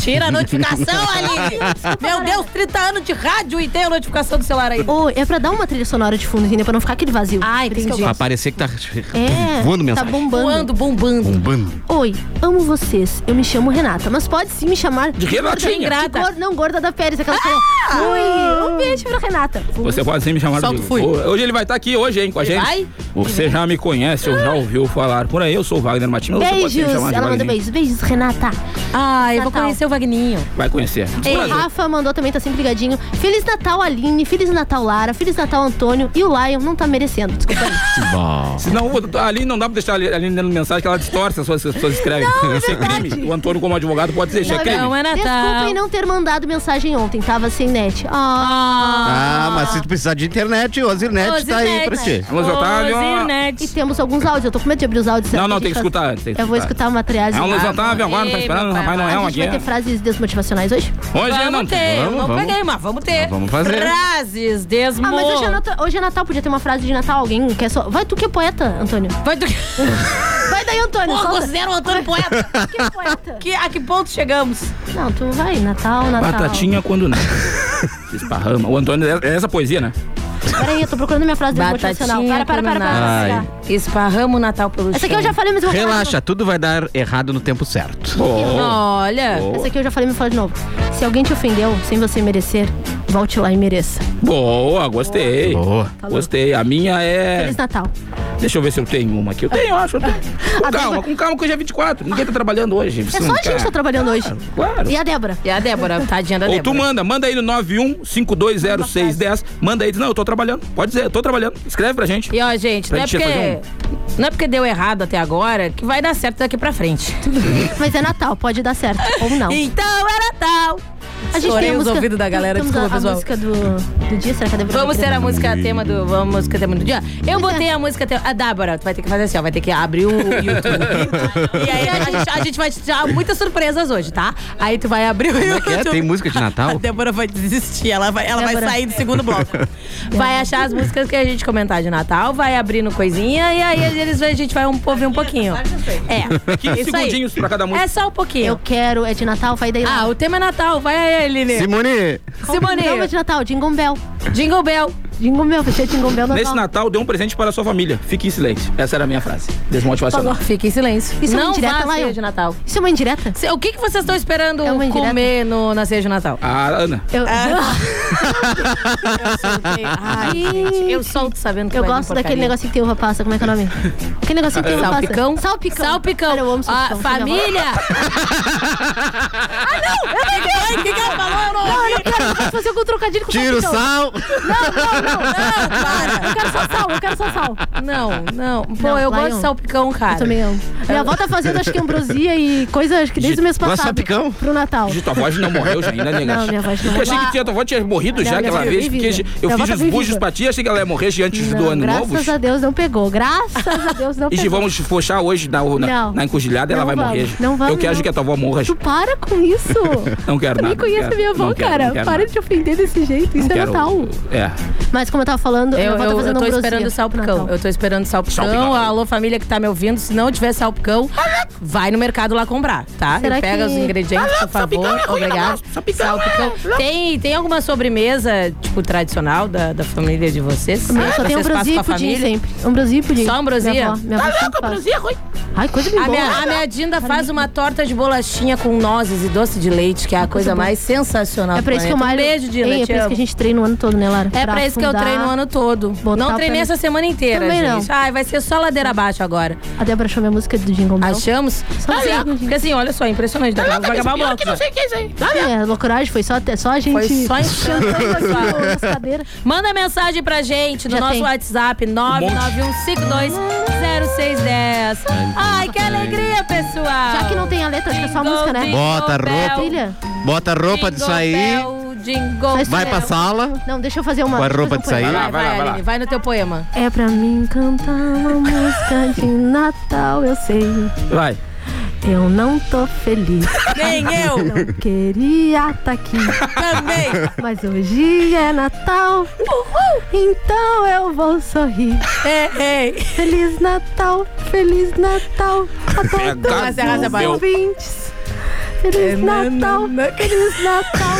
Speaker 5: Tira a notificação, Aline. Meu Deus, 30 anos de rádio e tem a notificação do celular aí.
Speaker 6: Ô, é pra dar uma trilha sonora de fundo, entendeu? Pra não ficar aquele vazio.
Speaker 5: Ah,
Speaker 6: Por isso
Speaker 5: entendi.
Speaker 6: que eu
Speaker 8: Pra
Speaker 6: gosto.
Speaker 8: parecer que tá um
Speaker 6: É,
Speaker 8: voando
Speaker 6: tá
Speaker 8: mensagem.
Speaker 6: bombando.
Speaker 5: Bombando, bombando.
Speaker 8: Bombando.
Speaker 6: Oi, amo vocês. Eu me chamo Renata, mas pode sim me chamar de
Speaker 7: Renatinha.
Speaker 5: Ingrata.
Speaker 6: gor- não, gorda da Pérez, aquela que fala, Oi, um beijo pra Renata.
Speaker 7: Você é pode sim me chamar
Speaker 5: Só
Speaker 7: de...
Speaker 5: que fui.
Speaker 7: Ho- Hoje ele vai estar aqui hoje, hein, com a gente.
Speaker 5: vai?
Speaker 7: Você já me conhece, eu já ouviu falar por aí. Eu sou o Wagner Matinho. você pode sim me
Speaker 6: Beijos.
Speaker 7: chamar de
Speaker 6: Ela mandou
Speaker 7: Wagner.
Speaker 6: beijos. Beijos, Renata.
Speaker 5: Ah, eu vou
Speaker 6: Natal.
Speaker 5: conhecer o Vagninho.
Speaker 7: Vai conhecer.
Speaker 6: Ei,
Speaker 7: Prazer.
Speaker 6: É, Rafa mandou também, tá sempre ligadinho. Feliz Natal, Aline. Feliz Natal, Lara. Feliz Natal, Antônio. E o Lion não tá merecendo, desculpa. aí.
Speaker 8: Bom.
Speaker 7: Senão, ali não dá pra deixar ali lendo mensagem que ela distorce as suas, as suas escrevem. Não, Isso é crime. O Antônio, como advogado, pode dizer, isso é
Speaker 6: Não,
Speaker 7: crime.
Speaker 5: Não é Natal.
Speaker 6: Desculpem não ter mandado mensagem ontem, tava sem net. Ah.
Speaker 8: Ah, mas se tu precisar de internet, o Ozirnet tá aí pra ti.
Speaker 7: Vamos, Otávio.
Speaker 6: E temos alguns áudios, eu tô com medo de abrir os áudios.
Speaker 7: Não,
Speaker 6: sabe?
Speaker 7: não,
Speaker 6: A
Speaker 7: tem
Speaker 6: gente
Speaker 7: que
Speaker 6: faz-
Speaker 7: escutar antes. tem que
Speaker 6: Eu vou escutar uma triagem.
Speaker 7: É um Luiz
Speaker 6: Ah,
Speaker 7: Otávio agora, tá
Speaker 5: Ei,
Speaker 7: esperando o
Speaker 5: meu
Speaker 7: Rapaz
Speaker 5: pai.
Speaker 6: A
Speaker 7: Noel
Speaker 6: gente
Speaker 7: aqui. é.
Speaker 6: vai ter frases desmotivacionais hoje?
Speaker 7: Hoje é não
Speaker 5: Vamos ter, eu
Speaker 8: Vamos,
Speaker 5: não
Speaker 8: vamos.
Speaker 5: peguei, mas vamos ter.
Speaker 8: Vamos fazer.
Speaker 5: Frases, desmo.
Speaker 6: Ah, mas hoje é, Natal, hoje é Natal, podia ter uma frase de Natal. Alguém quer só. Vai, tu que é poeta, Antônio.
Speaker 5: Vai do...
Speaker 6: Vai daí, Antônio.
Speaker 5: Porra,
Speaker 6: solta.
Speaker 5: considera o Antônio um poeta.
Speaker 6: Tu que é poeta.
Speaker 5: Que, a que ponto chegamos?
Speaker 6: Não, tu vai, Natal, Natal.
Speaker 7: Batatinha quando não. Se esparrama. O Antônio, é é essa poesia, né?
Speaker 6: Peraí, eu tô procurando minha frase
Speaker 5: Batatinha
Speaker 6: desmotivacional. Para, para, para, para.
Speaker 8: Ai.
Speaker 6: para,
Speaker 5: Esparrama o Natal pelo chão.
Speaker 6: Essa aqui eu já falei, mas eu vou falar de
Speaker 8: Relaxa, tudo vai dar errado no tempo certo.
Speaker 7: Pô.
Speaker 5: Olha.
Speaker 6: novo. Essa aqui eu já falei, mas vou falar de novo. Se alguém te ofendeu sem você merecer, volte lá e mereça.
Speaker 7: Boa, gostei.
Speaker 8: Boa.
Speaker 7: Gostei. A minha é.
Speaker 6: Feliz Natal.
Speaker 7: Deixa eu ver se eu tenho uma aqui. Eu tenho, eu acho. eu tenho. Com
Speaker 6: A
Speaker 7: calma,
Speaker 6: Débora-
Speaker 7: com calma, que hoje é 24. Ninguém tá trabalhando hoje.
Speaker 6: É só a gente que tá trabalhando hoje.
Speaker 7: Claro.
Speaker 6: E a Débora?
Speaker 5: E a Débora, tadinha da
Speaker 7: Ou tu
Speaker 5: Débora.
Speaker 7: manda, manda aí no 91520610. Manda aí, diz, não, eu tô trabalhando. Pode dizer, eu tô trabalhando. Escreve pra gente.
Speaker 5: E ó, gente,
Speaker 7: Pra
Speaker 5: não é
Speaker 7: gente fazer
Speaker 8: um-
Speaker 5: porque. Não é porque deu errado até agora que vai dar certo daqui pra frente.
Speaker 6: Mas é Natal, pode dar certo. Ou não.
Speaker 5: Então é Natal!
Speaker 6: A gente
Speaker 5: Estourei
Speaker 6: tem a
Speaker 5: os
Speaker 6: música-
Speaker 5: ouvidos da galera,
Speaker 6: temos
Speaker 5: desculpa,
Speaker 6: a,
Speaker 5: pessoal.
Speaker 6: A música do, do dia, será que a Débora
Speaker 5: Vamos
Speaker 6: vai
Speaker 5: ter
Speaker 6: querer?
Speaker 5: a música tema do. Vamos a música tema do dia? Eu botei a música tema. A Débora, tu vai ter que fazer assim, ó. Vai ter que abrir o YouTube. e aí a gente, a gente vai te dar muitas surpresas hoje, tá? Aí tu vai abrir o
Speaker 8: Como é
Speaker 5: YouTube.
Speaker 8: que é? Tem música de
Speaker 5: A
Speaker 8: Natal?
Speaker 5: Débora vai desistir, ela vai, ela vai
Speaker 6: Débora.
Speaker 5: sair do segundo bloco. Vai achar as músicas que a gente comentar de Natal, vai abrir no coisinha e aí eles, a gente vai um, ouvir um pouquinho. É.
Speaker 7: 15
Speaker 5: isso aí.
Speaker 7: segundinhos pra cada música.
Speaker 5: É só um pouquinho.
Speaker 6: Eu quero, é de Natal, vai daí lá.
Speaker 5: Ah, o tema é Natal. Vai aí, Aline.
Speaker 8: Simone!
Speaker 6: Qual que é o programa de
Speaker 5: Simone.
Speaker 6: Natal, Jingle Bell.
Speaker 5: Jingle Bell.
Speaker 6: Jingle Bell, fechei Jingle Bell Natal.
Speaker 7: Nesse Natal, dê um presente para a sua família. Fique em silêncio. Essa era a minha frase.
Speaker 6: Tá
Speaker 7: Desmotivacional.
Speaker 5: Fique em silêncio.
Speaker 6: Isso é uma
Speaker 5: Não
Speaker 6: indireta,
Speaker 5: vá à ceia
Speaker 6: Lion?
Speaker 5: de Natal.
Speaker 6: Isso é uma indireta?
Speaker 5: Se- O que, que vocês estão esperando
Speaker 6: É uma indireta?
Speaker 5: comer no, na ceia de Natal?
Speaker 7: A Ana.
Speaker 5: Ah.
Speaker 6: Eu,
Speaker 5: Ai, gente, eu solto sabendo que
Speaker 6: eu
Speaker 5: vai vir
Speaker 6: gosto daquele
Speaker 5: é porcaria.
Speaker 6: negocinho que tem uva passa, como é que é o nome? Aquele negocinho que tem uva passa.
Speaker 5: Salpicão?
Speaker 6: Salpicão.
Speaker 5: Salpicão.
Speaker 6: Cara, eu amo salpicão.
Speaker 5: Ah,
Speaker 6: seja bom.
Speaker 5: família! ah, não! Eu não entendi! O que que ela falou? Eu não
Speaker 6: Não,
Speaker 5: ouvi.
Speaker 6: eu não quero, eu quero fazer algum trocadilho com
Speaker 8: Tira o
Speaker 6: salpicão.
Speaker 8: sal!
Speaker 6: Não, não, não.
Speaker 5: Para.
Speaker 6: Eu quero só sal, eu quero só sal.
Speaker 5: Ah, Não, não. Pô,
Speaker 6: Não,
Speaker 5: eu
Speaker 6: Lion.
Speaker 5: gosto de salpicão, cara.
Speaker 6: Eu também amo. Minha avó tá fazendo, acho que ambrosia e coisa, acho que desde o mês
Speaker 8: Gosta de
Speaker 6: passado.
Speaker 8: salpicão?
Speaker 6: Pro Natal.
Speaker 7: Gente, tua voz não morreu já ainda, nega.
Speaker 6: Não, minha voz não
Speaker 7: Eu achei
Speaker 6: morreu.
Speaker 7: que tinha, tua voz tinha morrido já
Speaker 6: minha
Speaker 7: aquela
Speaker 6: voz
Speaker 7: vez.
Speaker 6: tá
Speaker 7: Porque
Speaker 6: viva.
Speaker 7: eu
Speaker 6: Minha
Speaker 7: fiz
Speaker 6: voz
Speaker 7: os
Speaker 6: tá
Speaker 7: bujos
Speaker 6: viva.
Speaker 7: pra ti, achei que ela ia morrer antes do
Speaker 6: Não,
Speaker 7: ano
Speaker 6: graças
Speaker 7: novo.
Speaker 6: a Deus não pegou. Graças a Deus não
Speaker 7: E
Speaker 6: pegou.
Speaker 7: vamos fochar hoje na, na,
Speaker 6: Não.
Speaker 7: na encruzilhada, ela
Speaker 6: Não
Speaker 7: vai
Speaker 6: vamos,
Speaker 7: morrer.
Speaker 6: não vamos,
Speaker 7: eu quero
Speaker 6: não.
Speaker 7: que a tua avó morra.
Speaker 6: Tu para com isso.
Speaker 7: Não quero
Speaker 6: tu
Speaker 7: nada, não
Speaker 6: nem conhece
Speaker 7: quero,
Speaker 6: minha avó,
Speaker 7: não quero,
Speaker 6: cara.
Speaker 7: não quero
Speaker 6: para
Speaker 7: nada.
Speaker 6: de te ofender desse jeito. Isso é
Speaker 7: Quero-
Speaker 6: Natal.
Speaker 7: É.
Speaker 6: Mas como eu tava falando,
Speaker 5: Eu,
Speaker 6: eu, vou
Speaker 5: eu, eu
Speaker 6: estar tá fazendo um
Speaker 5: tô
Speaker 6: ambrosia
Speaker 5: esperando o
Speaker 6: pro
Speaker 5: salpicão.
Speaker 6: Natal.
Speaker 5: Eu tô esperando o salpicão.
Speaker 10: Salpicão.
Speaker 5: Alô, família que tá me ouvindo, se não tiver salpicão, vai no mercado lá comprar, tá?
Speaker 6: Será
Speaker 5: E pega os
Speaker 6: que-
Speaker 5: ingredientes, por favor. Obrigado. Salpicão. Tem, tem alguma sobremesa, tipo, tradicional da, da família de vocês?
Speaker 6: Meu, Ah, só tem
Speaker 5: Vocês
Speaker 6: ambrosia
Speaker 5: passam
Speaker 6: um e
Speaker 5: com a
Speaker 6: pudim
Speaker 5: família?
Speaker 6: sempre. Ambrosia e pudim.
Speaker 5: Só um Tá ambrosia?
Speaker 6: Minha avó, minha avó sempre faz. Ai, coisa bem
Speaker 5: é A minha,
Speaker 6: boa.
Speaker 5: a minha Dinda faz uma torta de bolachinha com nozes e doce de leite, que é a coisa
Speaker 6: bom.
Speaker 5: mais sensacional
Speaker 6: É
Speaker 5: do
Speaker 6: pra isso que eu
Speaker 5: planeta.
Speaker 6: malho.
Speaker 5: Um beijo, Dinda.
Speaker 6: Ei,
Speaker 5: te
Speaker 6: é pra isso
Speaker 5: amo.
Speaker 6: que a gente treina o ano todo, né, Lara?
Speaker 5: É pra, isso que eu
Speaker 6: afundar.
Speaker 5: treino o ano todo.
Speaker 6: botar
Speaker 5: não
Speaker 6: o
Speaker 5: treinei
Speaker 6: pé-
Speaker 5: essa semana inteira,
Speaker 6: Também não.
Speaker 5: gente. Ai, vai ser só ladeira abaixo agora.
Speaker 6: A Débora achou minha música do Jingle Bell.
Speaker 5: Achamos?
Speaker 6: Só um
Speaker 5: Ah,
Speaker 6: segundo,
Speaker 5: é. Porque assim, olha só, impressionante. Daqui a pouco vai acabar o bloco. já.
Speaker 6: É, a loucuragem foi só, é só a gente...
Speaker 5: Foi só enchendo
Speaker 6: chantando aqui
Speaker 5: pessoal.
Speaker 6: nas cadeiras.
Speaker 5: Manda mensagem pra gente no
Speaker 6: Já
Speaker 5: nosso
Speaker 6: tem.
Speaker 8: Um
Speaker 5: WhatsApp 991520610. Ai, que alegria, pessoal.
Speaker 6: Já que não tem a letra, acho que é só a música, né?
Speaker 5: Jingle
Speaker 8: Bota a
Speaker 5: bell,
Speaker 8: roupa.
Speaker 6: Trilha?
Speaker 8: Bota a roupa de
Speaker 5: jingle
Speaker 8: sair,
Speaker 5: bell, jingle
Speaker 6: Mas-
Speaker 8: vai
Speaker 6: bell.
Speaker 8: pra sala.
Speaker 6: Não, deixa eu fazer uma...
Speaker 8: Com a
Speaker 6: deixa eu
Speaker 8: roupa
Speaker 6: fazer um
Speaker 8: de
Speaker 6: poema.
Speaker 8: sair.
Speaker 5: Vai, vai, Aline, vai no teu poema.
Speaker 6: É pra mim cantar uma música de Natal, eu sei.
Speaker 7: Vai.
Speaker 6: Eu não tô feliz.
Speaker 5: Nem eu,
Speaker 6: Não queria estar aqui.
Speaker 5: também.
Speaker 6: Mas hoje é Natal. Então eu vou sorrir.
Speaker 5: Ei,
Speaker 6: é.
Speaker 5: ei.
Speaker 6: Feliz Natal, Feliz Natal a
Speaker 7: Mas é
Speaker 6: todos
Speaker 7: razão,
Speaker 6: os
Speaker 7: meu.
Speaker 6: ouvintes.
Speaker 5: É,
Speaker 6: Feliz Natal, Feliz Natal.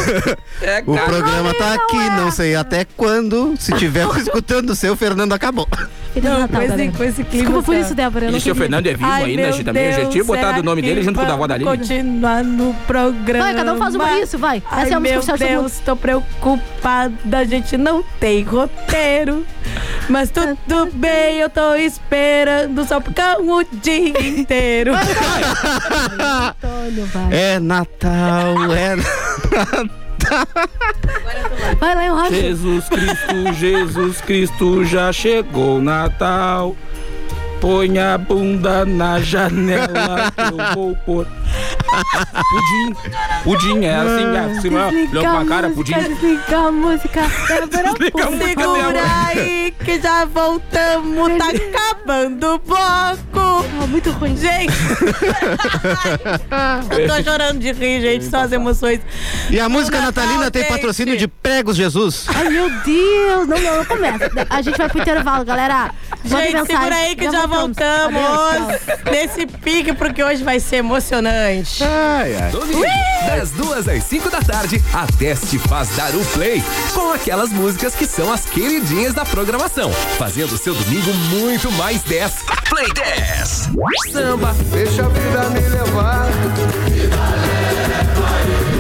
Speaker 7: É,
Speaker 8: O
Speaker 7: cara.
Speaker 8: programa
Speaker 6: não
Speaker 8: tá aqui,
Speaker 6: é.
Speaker 8: não sei até quando. Se tiver escutando o seu, Fernando acabou.
Speaker 6: Feliz Natal, galera.
Speaker 5: esse clima.
Speaker 6: Desculpa por isso, Débora. Eu não
Speaker 7: E seu
Speaker 6: queria.
Speaker 7: Fernando é vivo ainda, gente, também. Eu já tinha botado o nome dele junto com o da avó da Aline.
Speaker 5: Continuar no programa.
Speaker 6: Vai, cada um faz uma isso, vai.
Speaker 5: Ai,
Speaker 6: Essa é a música
Speaker 5: meu
Speaker 6: oficial de todo mundo.
Speaker 5: Deus, tô preocupada, a gente não tem roteiro. Mas tudo bem, eu tô esperando só porque o dia inteiro.
Speaker 6: Antônio, vai.
Speaker 8: É Natal, é.
Speaker 6: Vai lá, eu rápido.
Speaker 7: Jesus Cristo, Jesus Cristo, já chegou o Natal. Põe a bunda na janela que eu vou pôr. Pudim. Pudim, é assim, é assim, ó, olhou pra cara, pudim.
Speaker 6: desliga a música. Débora,
Speaker 7: Desliga a
Speaker 6: pô.
Speaker 7: música.
Speaker 5: Segura aí que já voltamos, tá acabando o bloco.
Speaker 6: Ah, muito ruim.
Speaker 5: Gente, eu tô chorando de rir, gente, só as emoções.
Speaker 8: E a música
Speaker 5: Natal,
Speaker 8: natalina tem
Speaker 5: gente.
Speaker 8: patrocínio de Pregos Jesus.
Speaker 6: Ai, meu Deus. Não, não, não começa. A gente vai pro intervalo, galera. Manda
Speaker 5: Gente,
Speaker 6: mensagem.
Speaker 5: segura aí que já voltamos.
Speaker 6: Adeus, tchau.
Speaker 5: Nesse pique, porque hoje vai ser emocionante.
Speaker 4: Domingo, das duas às 5 da tarde, a Teste faz dar o play com aquelas músicas que são as queridinhas da programação, fazendo seu domingo muito mais 10. Play 10. Samba. Deixa a vida me levar.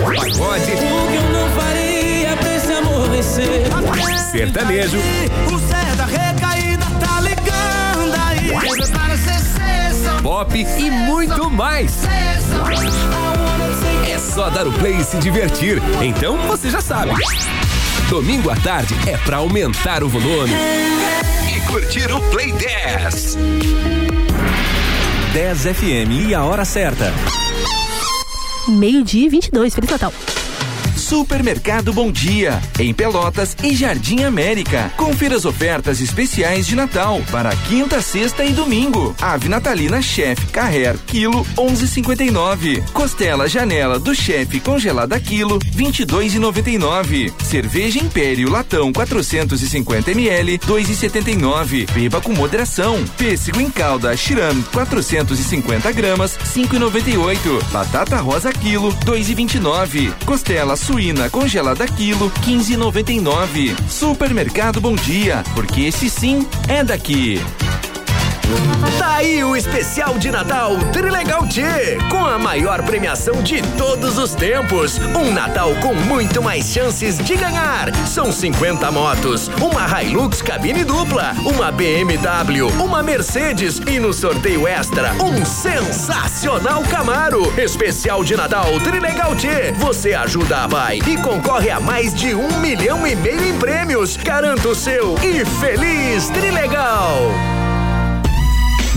Speaker 4: Pagode,
Speaker 2: O que eu não faria pra esse amor vencer?
Speaker 4: sertanejo,
Speaker 2: O Zé da recaída tá ligando aí.
Speaker 4: pop e muito mais. É só dar o play e se divertir. Então você já sabe. Domingo à tarde é pra aumentar o volume. E curtir o Play 10.
Speaker 9: 10 FM e a hora certa.
Speaker 6: Meio-dia e 22. Feliz Natal.
Speaker 9: Supermercado Bom Dia, em Pelotas e Jardim América. Confira as ofertas especiais de Natal para quinta, sexta e domingo. Ave natalina chefe Carrer, quilo 11,59. Costela janela do chefe congelada, quilo 22,99. Cerveja Império Latão 450 ml, 2,79. Beba com moderação. Pêssego em calda Shiram 450 gramas, 5,98. Batata rosa quilo, 2,29. Costela suína congelada quilo, 15,99. Supermercado Bom Dia, porque esse sim é daqui.
Speaker 4: Tá aí o especial de Natal Trilegal T, com a maior premiação de todos os tempos. Um Natal com muito mais chances de ganhar. São 50 motos, uma Hilux cabine dupla, uma BMW, uma Mercedes e no sorteio extra, um sensacional Camaro. Especial de Natal Trilegal T. Você ajuda a Vai e concorre a mais de um milhão e meio em prêmios. Garanta o seu e feliz Trilegal!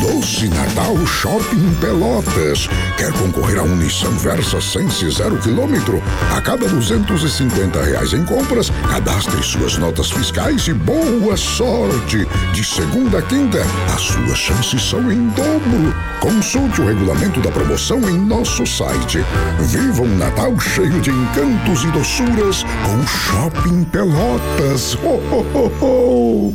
Speaker 11: Doce Natal Shopping Pelotas. Quer concorrer a um Nissan Versa Sense zero quilômetro? A cada 250 reais em compras, cadastre suas notas fiscais e boa sorte. De segunda a quinta, as suas chances são em dobro. Consulte o regulamento da promoção em nosso site. Viva um Natal cheio de encantos e doçuras com Shopping Pelotas. Oh, oh, oh, oh.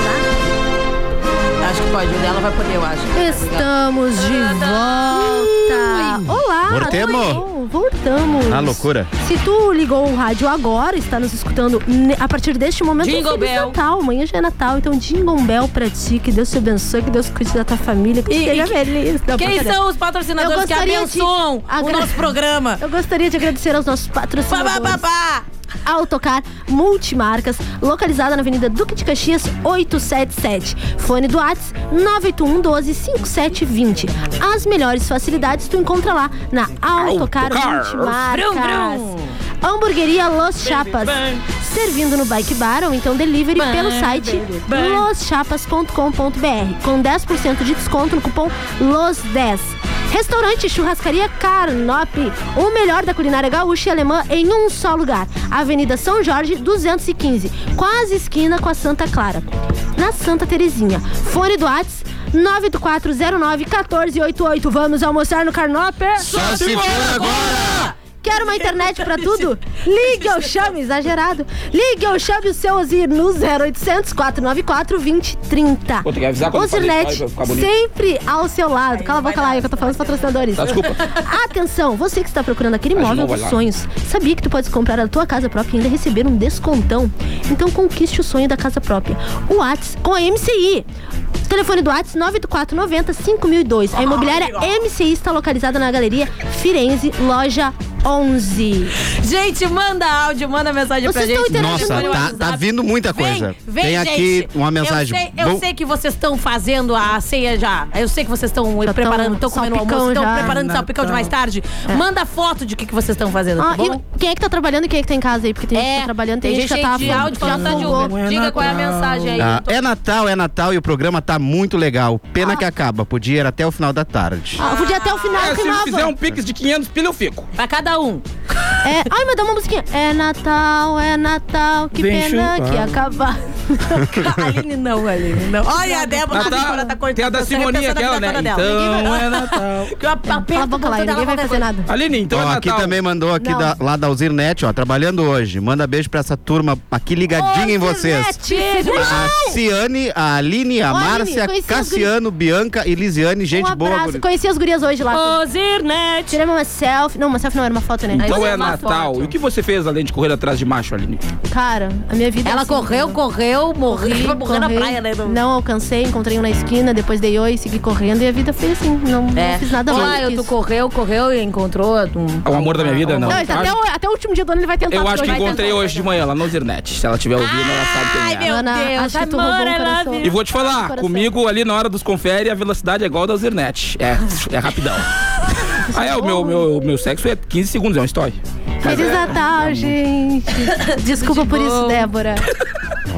Speaker 5: Acho que pode, o dela vai poder, eu acho.
Speaker 6: Estamos de volta. Olá,
Speaker 8: Voltemos.
Speaker 6: tudo bom? Voltamos.
Speaker 8: Ah, loucura.
Speaker 6: Se tu ligou o rádio agora, está nos escutando ne- a partir deste momento,
Speaker 5: Jingle
Speaker 6: Feliz
Speaker 5: Bell.
Speaker 6: Natal. Amanhã já é Natal, então Jingle Bell pra ti, que Deus te abençoe, que Deus cuide da tua família, que tu
Speaker 5: E-
Speaker 6: seja
Speaker 5: e que-
Speaker 6: feliz. Não,
Speaker 5: Quem
Speaker 6: brincadeira.
Speaker 5: são os patrocinadores
Speaker 6: Eu
Speaker 5: que
Speaker 6: gostaria
Speaker 5: abençoam o
Speaker 6: de agra-
Speaker 5: nosso programa?
Speaker 6: Eu gostaria de agradecer aos nossos
Speaker 5: Pá, pá, pá,
Speaker 6: patrocinadores.
Speaker 5: pá.
Speaker 6: Autocar Multimarcas, localizada na Avenida Duque de Caxias 877. Fone do Whats 981 12 5720. As melhores facilidades tu encontra lá na Autocar,
Speaker 7: Autocar.
Speaker 6: Multimarcas.
Speaker 5: Brum, brum.
Speaker 6: Hamburgueria Los Chapas. Servindo no Bike Bar ou então delivery
Speaker 5: Bang,
Speaker 6: pelo site
Speaker 5: baby, bang.
Speaker 6: loschapas.com.br com 10% de desconto no cupom LOS10. Restaurante Churrascaria Carnop, o melhor da culinária gaúcha e alemã em um só lugar. Avenida São Jorge, 215, quase esquina com a Santa Clara. Na Santa Terezinha. Fone do Whats 984091488. Vamos almoçar no Carnop?
Speaker 8: Só se for agora!
Speaker 6: Quer uma internet pra tudo? Ligue ou chame, exagerado. Ligue ou chame o seu Ozir no 0800 494 2030.
Speaker 7: Pô, tem que avisar quando fazer isso,
Speaker 6: Ozirnet,
Speaker 7: vai ficar bonito.
Speaker 6: sempre ao seu lado. Cala a boca lá, eu que eu tô falando dos patrocinadores.
Speaker 7: Tá, desculpa.
Speaker 6: Atenção, você que está procurando aquele
Speaker 7: Mas
Speaker 6: imóvel
Speaker 7: não vai
Speaker 6: dos
Speaker 7: lá.
Speaker 6: sonhos, sabia que tu pode comprar a tua casa própria e ainda receber um descontão? Então conquiste o sonho da casa própria. O Whats com a MCI. Telefone do Whats 98490 5002. A imobiliária MCI está localizada na Galeria Firenze, loja 11.
Speaker 5: Gente, manda áudio, manda mensagem
Speaker 6: Vocês
Speaker 5: pra
Speaker 6: estão
Speaker 5: gente.
Speaker 6: interagindo
Speaker 5: Manda
Speaker 6: Nossa,
Speaker 5: no
Speaker 8: tá-
Speaker 5: WhatsApp.
Speaker 8: tá vindo muita
Speaker 5: Vem,
Speaker 8: coisa.
Speaker 5: Vem,
Speaker 8: Tem aqui
Speaker 5: gente.
Speaker 8: uma mensagem.
Speaker 5: Eu sei, eu
Speaker 8: Vou-
Speaker 5: sei que vocês estão fazendo a ceia já. Eu sei que vocês estão
Speaker 6: Já tão
Speaker 5: preparando, estão comendo o
Speaker 6: salpicão
Speaker 5: almoço, estão
Speaker 6: já. É.
Speaker 5: preparando o salpicão de mais tarde. Manda foto de o que, que vocês estão fazendo,
Speaker 6: Ah,
Speaker 5: tá bom?
Speaker 6: e quem é que tá trabalhando e quem é que tá em casa aí? Porque tem gente que tá trabalhando, tem, gente que já tá
Speaker 5: de áudio falando tá de
Speaker 6: folgou.
Speaker 5: Uber. Diga qual é a mensagem aí.
Speaker 8: Ah, é Natal, é Natal e o programa tá muito legal. Pena que acaba, podia ir até o final da tarde.
Speaker 6: Ah, podia até o final
Speaker 7: É,
Speaker 6: que
Speaker 7: se eu fizer
Speaker 6: nova.
Speaker 7: um pix de 500 pila, eu fico.
Speaker 5: Pra cada um.
Speaker 6: É, ai, mas dá uma musiquinha. É Natal, é Natal, que
Speaker 7: Vem
Speaker 6: pena
Speaker 7: chupar.
Speaker 6: que acabar.
Speaker 5: Aline não, Aline não. Olha a Débora,
Speaker 7: Ah,
Speaker 5: a
Speaker 7: tá.
Speaker 5: Débora tá cortando.
Speaker 7: Tem a da
Speaker 5: tá
Speaker 7: Simone
Speaker 5: repensando a
Speaker 7: aquela, né?
Speaker 5: vida dela. Ninguém
Speaker 7: Então
Speaker 5: vai-
Speaker 7: é Natal.
Speaker 5: Que eu aperto
Speaker 6: Cala a boca lá,
Speaker 5: o botão dela,
Speaker 6: ninguém vai
Speaker 5: qualquer
Speaker 6: fazer
Speaker 5: coisa.
Speaker 6: nada.
Speaker 7: Aline, então
Speaker 8: Ó,
Speaker 7: é
Speaker 8: aqui
Speaker 7: Natal.
Speaker 8: também mandou aqui
Speaker 6: Não.
Speaker 8: da, lá da Alzirnet, ó, trabalhando hoje. Manda beijo pra essa turma aqui ligadinha em vocês.
Speaker 6: Beijo.
Speaker 8: A Ciane, a Aline, a
Speaker 6: Ó, Aline,
Speaker 8: Márcia,
Speaker 6: conheci os
Speaker 8: Cassiano, Bianca e Lisiane,
Speaker 6: Um
Speaker 8: gente boa.
Speaker 6: abraço.
Speaker 8: guri.
Speaker 6: Conheci as gurias hoje lá.
Speaker 5: Ô, Zirnet.
Speaker 6: Tirei uma selfie. Não, uma selfie não, era uma foto, né?
Speaker 7: Então
Speaker 5: Aí
Speaker 7: é
Speaker 5: você mata
Speaker 7: Natal.
Speaker 5: foto.
Speaker 7: E o que você fez além de correr atrás de macho, Aline?
Speaker 6: Cara, a minha vida. é
Speaker 5: Ela
Speaker 6: assim,
Speaker 5: correu,
Speaker 6: né?
Speaker 5: correu, morri,
Speaker 6: Corri,
Speaker 5: foi morrer na
Speaker 6: corri,
Speaker 5: praia, né?
Speaker 6: Não alcancei, encontrei um na esquina, depois dei oi, segui correndo e a vida foi assim. Não, não fiz nada
Speaker 5: É. Olá,
Speaker 6: mais.
Speaker 5: eu
Speaker 6: que
Speaker 5: tu
Speaker 6: isso.
Speaker 5: correu, correu e encontrou um...
Speaker 7: É o amor da minha vida? Não.
Speaker 6: Não, ele tá até,
Speaker 7: Acho-
Speaker 6: o, até o último dia do ano ele vai tentar.
Speaker 7: Eu acho que
Speaker 6: vai
Speaker 7: encontrei
Speaker 6: tentar.
Speaker 7: hoje de manhã lá no Zernet. Se ela estiver ouvindo, ela sabe quem é.
Speaker 5: Ai, meu
Speaker 6: Ana,
Speaker 5: Deus,
Speaker 6: acho que tu roubou
Speaker 5: amor,
Speaker 6: um
Speaker 5: I love
Speaker 6: coração.
Speaker 5: you.
Speaker 7: E vou te falar,
Speaker 6: Coração.
Speaker 7: comigo ali na hora dos confere, a velocidade é igual a da Zernet. É, é rapidão. Ah, é, o meu, meu, meu sexo é 15 segundos, é um story.
Speaker 6: Feliz Natal, gente. Desculpa por isso, Débora.
Speaker 7: É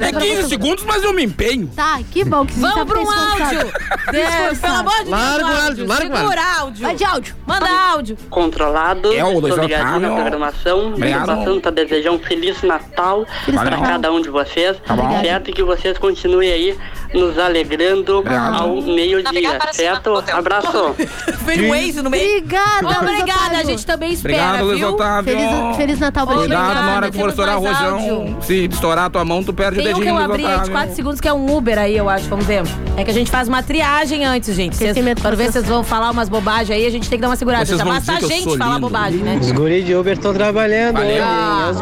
Speaker 6: Nossa.
Speaker 7: 15 segundos, mas eu me empenho.
Speaker 6: Tá, que bom que você
Speaker 5: Vamos
Speaker 6: sabe
Speaker 5: pra um
Speaker 6: pensar.
Speaker 5: áudio. Deus, pelo amor de Deus,
Speaker 8: Larga o áudio, larga o áudio.
Speaker 5: Segura áudio.
Speaker 6: Vai de áudio.
Speaker 5: Manda áudio.
Speaker 12: controlado.
Speaker 7: É, o
Speaker 12: Estou
Speaker 7: Luiz
Speaker 12: ligadinho
Speaker 7: Otávio.
Speaker 12: na programação.
Speaker 7: Obrigado.
Speaker 12: Estou passando para desejar um Feliz Natal para
Speaker 7: Natal.
Speaker 12: cada um de vocês.
Speaker 4: Tá
Speaker 7: bom.
Speaker 12: certo? E que vocês continuem aí nos alegrando ao meio-dia, certo? Abraço.
Speaker 5: Veio o Waze no meio.
Speaker 6: Obrigada, Luiz
Speaker 5: Obrigada, a
Speaker 6: Otávio.
Speaker 5: gente também espera,
Speaker 7: Obrigado, Luiz
Speaker 5: viu?
Speaker 7: Otávio. saudável.
Speaker 6: Feliz, Feliz Natal pra ti.
Speaker 7: Cuidado na
Speaker 5: Obrigada,
Speaker 7: hora que for
Speaker 5: temos
Speaker 7: estourar o
Speaker 5: mais
Speaker 7: rojão.
Speaker 5: áudio.
Speaker 7: Se estourar a tua mão, tu perde
Speaker 5: Tem
Speaker 7: o
Speaker 5: um que
Speaker 7: dedinho.
Speaker 5: eu abri é de 4 segundos, que é um Uber aí, eu acho. Vamos ver. É que a gente faz uma triagem antes, gente. Vocês, pra ver se vocês vão falar umas bobagens aí, a gente tem que dar uma segurada.
Speaker 13: Vocês
Speaker 5: Já
Speaker 13: vão
Speaker 5: basta a
Speaker 13: dizer que eu
Speaker 5: gente
Speaker 13: sou
Speaker 5: falar
Speaker 13: lindo.
Speaker 5: bobagem, né? Ah.
Speaker 13: Os guris de Uber estão trabalhando
Speaker 7: Valeu.
Speaker 13: hoje, hein? Os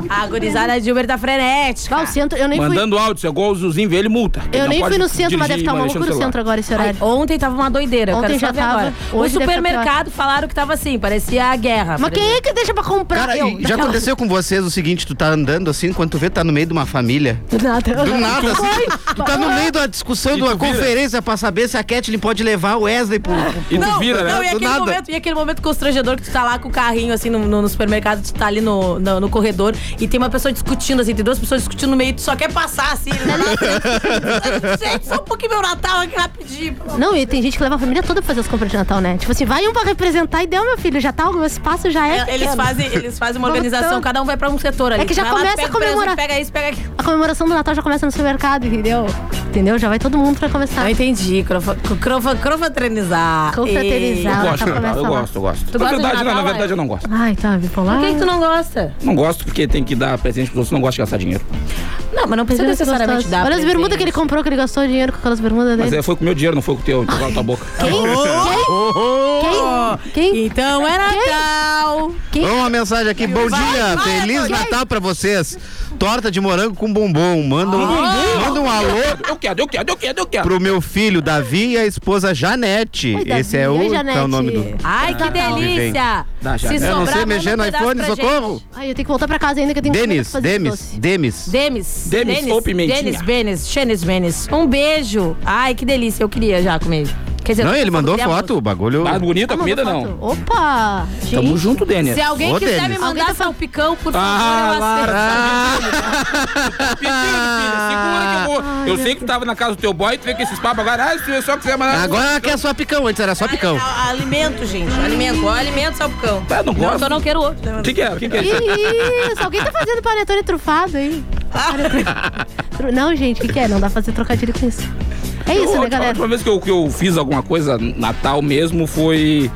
Speaker 13: guris.
Speaker 5: A gurizada de Uber tá frenética.
Speaker 6: Ao centro, eu nem fui.
Speaker 7: Mandando áudio, se é igual o Zuzinho velho, multa.
Speaker 6: Eu
Speaker 7: Não
Speaker 6: nem
Speaker 7: pode
Speaker 6: fui no centro, mas deve
Speaker 7: dirigir
Speaker 6: estar uma
Speaker 7: mexendo
Speaker 6: loucura o
Speaker 7: celular.
Speaker 6: centro agora, esse
Speaker 5: Ai,
Speaker 6: horário.
Speaker 5: ontem tava uma doideira, eu
Speaker 6: Ontem
Speaker 5: quero
Speaker 6: já
Speaker 5: só ver
Speaker 6: tava,
Speaker 5: agora. O
Speaker 6: hoje deve tá
Speaker 5: supermercado falaram que tava assim, parecia a guerra. por
Speaker 6: Mas quem é que deixa pra comprar?
Speaker 8: Cara,
Speaker 6: eu.
Speaker 8: e já aconteceu com vocês o seguinte, tu tá andando assim, quando tu vê, tá no meio de uma família.
Speaker 5: Do nada.
Speaker 8: Do nada, assim. tu- Tu tá no meio da discussão, de uma conferência pra saber se a Kathleen pode levar o Wesley pro... pro- pro-
Speaker 5: não,
Speaker 7: né?
Speaker 5: não, e
Speaker 8: né? Do
Speaker 5: aquele,
Speaker 8: nada.
Speaker 5: momento, e aquele momento constrangedor que tu tá lá com o carrinho, assim, no, no- no supermercado, tu tá ali no, no, no corredor e tem uma pessoa discutindo, assim, tem duas pessoas discutindo no meio, tu só quer passar, assim. Gente, só um pouquinho meu Natal aqui rapidinho.
Speaker 6: Não, e tem gente que leva a família toda pra fazer as compras de Natal, né? Tipo assim, vai um pra representar e deu, meu filho, já tá, o meu espaço já é.
Speaker 5: É, eles
Speaker 6: pequeno.
Speaker 5: fazem- eles fazem uma
Speaker 6: Vamos
Speaker 5: organização,
Speaker 6: tanto.
Speaker 5: cada um vai pra um setor ali.
Speaker 6: É que já
Speaker 5: Vai lá,
Speaker 6: começa
Speaker 5: pega
Speaker 6: a
Speaker 5: o presente,
Speaker 6: comemorar.
Speaker 5: Pega isso, pega aquilo.
Speaker 6: A comemoração do Natal já começa no supermercado, entendeu? Entendeu? Já vai todo mundo pra começar. Eu
Speaker 5: entendi. Crofraternizar. Ah,
Speaker 6: Confraternizar.
Speaker 7: Eu gosto, de Natal, eu gosto, eu gosto. na
Speaker 5: Tu gosta
Speaker 7: verdade, não,
Speaker 5: de
Speaker 7: na
Speaker 5: Natal,
Speaker 7: verdade,
Speaker 5: Alex?
Speaker 7: eu não gosto.
Speaker 6: Ai, tá, bipolar.
Speaker 5: Por que, que tu não gosta?
Speaker 7: Não gosto porque tem que dar presente pros outros, não gosto de gastar dinheiro.
Speaker 5: Não, mas não precisa necessariamente dar.
Speaker 6: Olha as
Speaker 5: presente.
Speaker 6: bermudas que ele comprou, que ele gastou dinheiro com aquelas bermudas
Speaker 7: Mas
Speaker 5: Né?
Speaker 6: dele.
Speaker 7: é, foi com o meu dinheiro, não foi com o teu, então cala tua boca.
Speaker 5: Quem?
Speaker 6: Quem?
Speaker 5: Então é Natal.
Speaker 8: Vamos uma mensagem aqui. Bom dia, Feliz Natal pra vocês. Torta de morango com bombom. Manda um, manda um alô
Speaker 7: Eu quero, eu quero, eu quero, eu
Speaker 5: Tá
Speaker 7: quero.
Speaker 8: pro meu filho Davi e a esposa Janete.
Speaker 7: Oi, Davi.
Speaker 8: Esse é
Speaker 7: Oi,
Speaker 8: o, tá
Speaker 7: Janete.
Speaker 8: o nome do.
Speaker 5: Ai, que delícia.
Speaker 8: Dá, já.
Speaker 5: Se
Speaker 8: Eu não
Speaker 5: sobrar,
Speaker 8: sei
Speaker 5: manda
Speaker 8: mexer no
Speaker 5: um pedaço
Speaker 8: iPhone,
Speaker 5: pra gente.
Speaker 8: socorro.
Speaker 6: Ai, eu tenho que voltar pra casa ainda que eu tenho
Speaker 8: Denis,
Speaker 6: que fazer
Speaker 8: Demis, Demis.
Speaker 5: Demis.
Speaker 8: Demis ou pimentinha.
Speaker 5: Denis, Benes, Chenes, Benes. Um beijo. Ai, que delícia. Eu queria já comer. Quer dizer,
Speaker 8: Não,
Speaker 5: eu
Speaker 8: ele mandou
Speaker 5: queria
Speaker 8: foto, o bagulho.
Speaker 7: Ah, bonita a comida,
Speaker 5: um
Speaker 7: não.
Speaker 6: Opa!
Speaker 7: Tamo junto, Denis.
Speaker 5: Se alguém
Speaker 8: Ô,
Speaker 5: quiser me
Speaker 8: Denis.
Speaker 6: tá
Speaker 5: mandar salpicão, por favor,
Speaker 7: Ah,
Speaker 5: eu aceito.
Speaker 8: Ah,
Speaker 7: Eu sei que tu tava na casa do teu boy, tu vê com esses papos agora. Ah, se eu só quiser mandar.
Speaker 8: Agora ela quer só picão, antes era só picão.
Speaker 5: Ah, Alimento, gente. Alimento. Ó, alimento, salpicão.
Speaker 7: Eu Ah, não gosto.
Speaker 5: Não, eu não quero outro.
Speaker 7: O que, que é? O que, que é isso?
Speaker 6: Que isso? Alguém tá fazendo panetone trufado aí? Tru- Não, gente, o que, que é? Não dá pra fazer trocadilho com isso. É isso,
Speaker 7: Eu-
Speaker 6: né,
Speaker 7: A
Speaker 6: galera?
Speaker 7: última vez que eu, que eu fiz alguma coisa Natal mesmo foi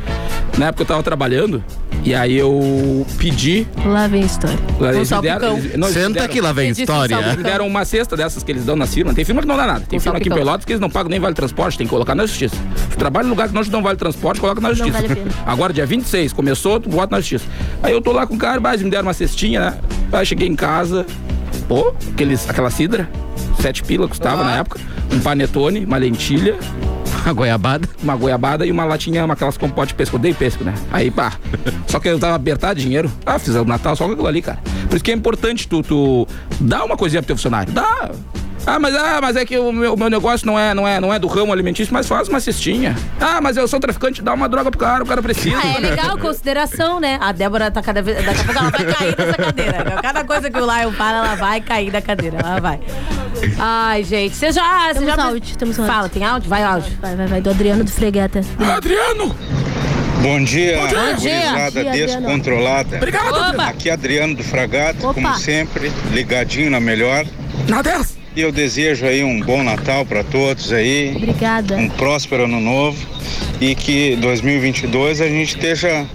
Speaker 7: na época que eu tava trabalhando. E aí eu pedi.
Speaker 6: Lá vem a história.
Speaker 7: lá eles me deram- eles- não, eles me
Speaker 8: Senta
Speaker 7: deram-
Speaker 8: aqui, lá vem
Speaker 7: Eles
Speaker 8: história.
Speaker 7: Me deram uma cesta dessas que eles dão nas firmas. Tem firma que não dá nada. Tem
Speaker 8: Com
Speaker 7: firma aqui em
Speaker 8: salpicão.
Speaker 7: Pelotas que eles não pagam nem vale transporte, tem que colocar na justiça. Tu trabalha em lugar que não te dão vale transporte, coloca na
Speaker 6: Não
Speaker 7: justiça.
Speaker 6: vale a pena.
Speaker 7: Agora, dia 26, começou, tu bota na justiça. Aí eu tô lá com o cara, mas me deram uma cestinha, né? Aí cheguei em casa, pô, aqueles, aquela cidra, sete pila
Speaker 6: Uhum.
Speaker 7: custava na época, um panetone, uma lentilha.
Speaker 8: Uma goiabada.
Speaker 7: Uma goiabada e uma latinha, uma aquelas compote de pesco. Eu Dei pesco, né? Aí, pá. Só que eu tava apertado de dinheiro. Ah, fiz o Natal só com aquilo ali, cara. Por isso que é importante tu, tu dar uma coisinha pro teu funcionário. Dá. Ah, mas, ah, mas é que o meu, o meu negócio não é, não, é, não é do ramo alimentício, mas faz uma cestinha. Ah, mas eu sou traficante, dá uma droga pro cara, o cara precisa.
Speaker 5: Ah, é legal, consideração, né? A Débora tá cada vez. Daqui a pouco ela vai cair dessa cadeira. né? Cada coisa que o Lion fala, ela vai cair da cadeira. Ela vai. Ai, gente, você já. Você
Speaker 6: Temos
Speaker 5: já...
Speaker 6: áudio, temos áudio.
Speaker 5: Fala, tem áudio? Vai, áudio.
Speaker 6: Vai, vai, vai, do Adriano do Fregueta.
Speaker 14: tá-
Speaker 7: Adriano!
Speaker 15: Bom dia,
Speaker 6: Bom dia.
Speaker 15: gurizada
Speaker 6: Bom dia, Adriano.
Speaker 15: descontrolada.
Speaker 6: Obrigado, Adriano.
Speaker 15: Aqui é Adriano do Fragata,
Speaker 6: Opa.
Speaker 15: como sempre, ligadinho na melhor.
Speaker 7: Na 10.
Speaker 15: E eu desejo aí um bom Natal para todos aí.
Speaker 6: Obrigada.
Speaker 15: Um próspero ano novo e que 2022 a gente esteja,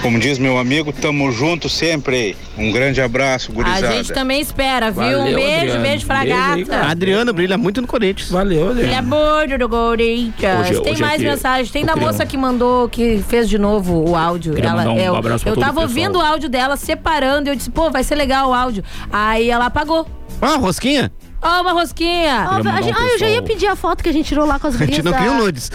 Speaker 15: como diz meu amigo, tamo junto sempre. Um grande abraço,
Speaker 5: A
Speaker 15: gurizada.
Speaker 5: gente tá também espera, viu? um
Speaker 15: Valeu,
Speaker 5: beijo,
Speaker 15: Adriano.
Speaker 5: beijo pra
Speaker 15: Beijo aí,
Speaker 5: gata.
Speaker 6: Tá.
Speaker 15: cara.
Speaker 8: Adriano brilha muito no Corinthians.
Speaker 7: Valeu,
Speaker 5: Ele é muito do Corinthians.
Speaker 8: Hoje- é-
Speaker 5: Tem
Speaker 8: hoje
Speaker 5: mais
Speaker 8: aqui,
Speaker 5: mensagem. Tem
Speaker 8: eu
Speaker 5: da
Speaker 8: queria
Speaker 5: moça que mandou, que fez de novo o áudio.
Speaker 8: Queria
Speaker 5: Ela,
Speaker 8: mandar um
Speaker 5: eu,
Speaker 8: abraço pra
Speaker 5: eu
Speaker 8: todo o
Speaker 5: tava
Speaker 8: pessoal.
Speaker 5: ouvindo o áudio dela, separando, e eu disse, pô, vai ser legal o áudio. Aí ela apagou.
Speaker 8: Ah, rosquinha?
Speaker 5: Ó, uma rosquinha.
Speaker 6: Ó, a gente- ah, eu já ia pedir a foto que a gente tirou lá com as
Speaker 8: A gente
Speaker 6: gurias
Speaker 8: não
Speaker 6: da,
Speaker 8: criou nudes.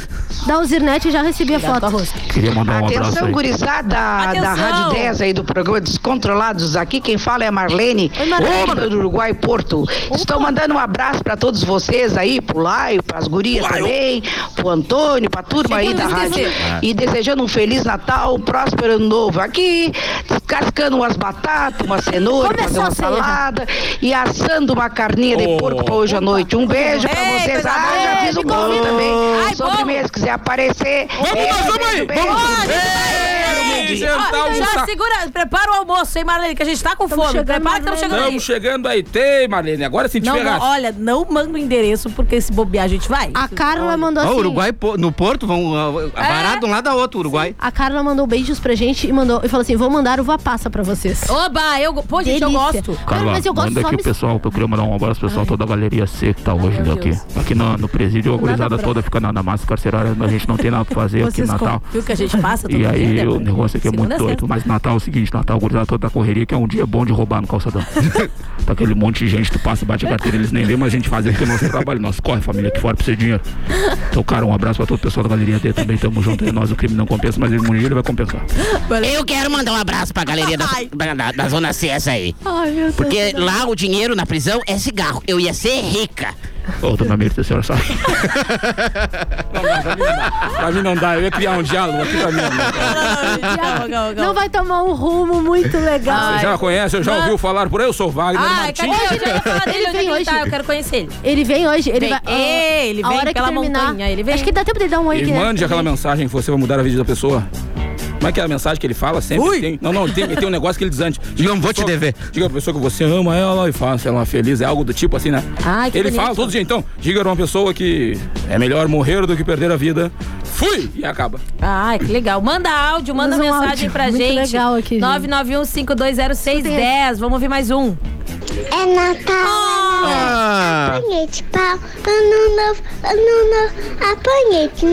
Speaker 6: da Uzirnet e já recebi a foto.
Speaker 8: Queria
Speaker 7: um
Speaker 8: mandar
Speaker 14: é- Atenção, gurizada Ah, da
Speaker 6: Atenção.
Speaker 14: Rádio 10 aí do programa Descontrolados. Aqui quem fala é a Marlene, Marlene do Uruguai Porto. Estou mandando um abraço para todos vocês aí, pro Laio, pras gurias também, pro Antônio, pra turma aí tá. da rádio. E desejando um feliz Natal, um próspero ano novo aqui, descascando umas batatas, uma cenoura, fazer uma salada e assando uma carninha de porco pra hoje à noite. Um beijo pra vocês. Ah, já fiz o convite também. Sobremesa, se quiser aparecer. Vamos, vamos aí! Vamos!
Speaker 5: Marlene.
Speaker 16: então,
Speaker 7: jantar,
Speaker 5: Ó, já
Speaker 7: almoçar.
Speaker 5: segura, prepara o almoço, hein, Marlene, que a gente tá com
Speaker 6: Tamo
Speaker 5: fome.
Speaker 6: chegando,
Speaker 5: Prepara que estamos chegando aí.
Speaker 7: Estamos chegando aí. Tem, Marlene. Agora se te
Speaker 5: Não, não,
Speaker 7: ferrasse.
Speaker 5: olha, não manda o endereço, porque se bobear a gente vai.
Speaker 6: A Carla mandou
Speaker 8: Ó,
Speaker 6: assim.
Speaker 8: o Uruguai po- no Porto vão
Speaker 6: É.
Speaker 8: ah, ah, varar de um lado a outro, Uruguai.
Speaker 6: A Carla mandou beijos pra gente e mandou e falou assim: vou mandar uva passa pra vocês.
Speaker 5: Oba, eu. go- Pô, gente, eu
Speaker 6: Delícia.
Speaker 5: gosto.
Speaker 6: Cara, mas eu gosto
Speaker 16: manda
Speaker 6: só
Speaker 16: aqui
Speaker 6: me...
Speaker 16: o pessoal, que eu queria mandar um abraço pro pessoal toda a galeria C que tá hoje aqui. Aqui no, no presídio, a gurizada toda fica na, na massa carcerária, mas a gente não tem nada pra fazer aqui no
Speaker 5: Vocês
Speaker 16: Natal.
Speaker 5: com- viu que a gente passa todo
Speaker 16: E aí,
Speaker 5: dia,
Speaker 16: o
Speaker 5: né?
Speaker 16: negócio aqui é
Speaker 5: Segunda
Speaker 16: muito
Speaker 5: a sexta.
Speaker 16: doido. Mas Natal é o seguinte, Natal, a gurizada toda da correria, que é um dia bom de roubar no calçadão. tá aquele monte de gente, tu passa, bate a carteira, eles nem lê, mas a gente faz aqui o nosso trabalho. Nós corre, família, aqui fora pra ser dinheiro. Então, cara, um abraço pra todo o pessoal da galeria D também, tamo junto. E nós, o crime não compensa, mas ele, um dia ele vai compensar.
Speaker 17: Eu quero mandar um abraço pra galeria da, da, da- da Zona C essa aí.
Speaker 6: Ai, meu Deus.
Speaker 17: Porque lá o dinheiro na prisão é cigarro. Eu ia ser rica.
Speaker 16: Ô, dona Mirta, a senhora sabe.
Speaker 7: Pra mim não dá. Eu ia criar um diálogo aqui pra mim.
Speaker 6: Não vai tomar um rumo muito legal.
Speaker 7: Você já conhece, já ouviu falar por aí? Eu sou Wagner
Speaker 5: Ai, cadê?
Speaker 7: Martins.
Speaker 5: Eu já ia falar dele, onde
Speaker 6: Ele
Speaker 5: é
Speaker 6: vem
Speaker 5: que ele tá?
Speaker 6: hoje.
Speaker 5: Eu quero conhecer ele.
Speaker 6: Ele vem hoje, ele
Speaker 5: Vem.
Speaker 6: vai. ah,
Speaker 5: É, ele
Speaker 6: a
Speaker 5: vem
Speaker 6: hora que
Speaker 5: pela
Speaker 6: terminar,
Speaker 5: montanha, ele vem.
Speaker 6: Acho que dá tempo dele dar um oi
Speaker 7: E
Speaker 6: aqui, né?
Speaker 7: mande aquela mensagem que você vai mudar a vida da pessoa. Como é que é a mensagem que ele fala sempre? Tem- não, não, tem, tem um negócio que ele diz antes. Diga não vou te dever. Diga pra pessoa que você ama ela e faça ela feliz. É algo do tipo assim, né?
Speaker 5: Ai, que
Speaker 7: ele
Speaker 5: bonito.
Speaker 7: fala todo dia, então. Diga pra uma pessoa que é melhor morrer do que perder a vida. Fui! E acaba.
Speaker 5: Ai, que legal. Manda áudio, manda
Speaker 6: Manda um
Speaker 5: mensagem
Speaker 6: áudio.
Speaker 5: pra
Speaker 6: Muito
Speaker 5: gente.
Speaker 6: legal aqui, gente.
Speaker 5: 991-520610. Vamos ouvir mais um.
Speaker 18: É
Speaker 6: Ah.
Speaker 8: Ah.
Speaker 18: Natal. Apanhei de pau. Ano novo, ano novo. Apanhei de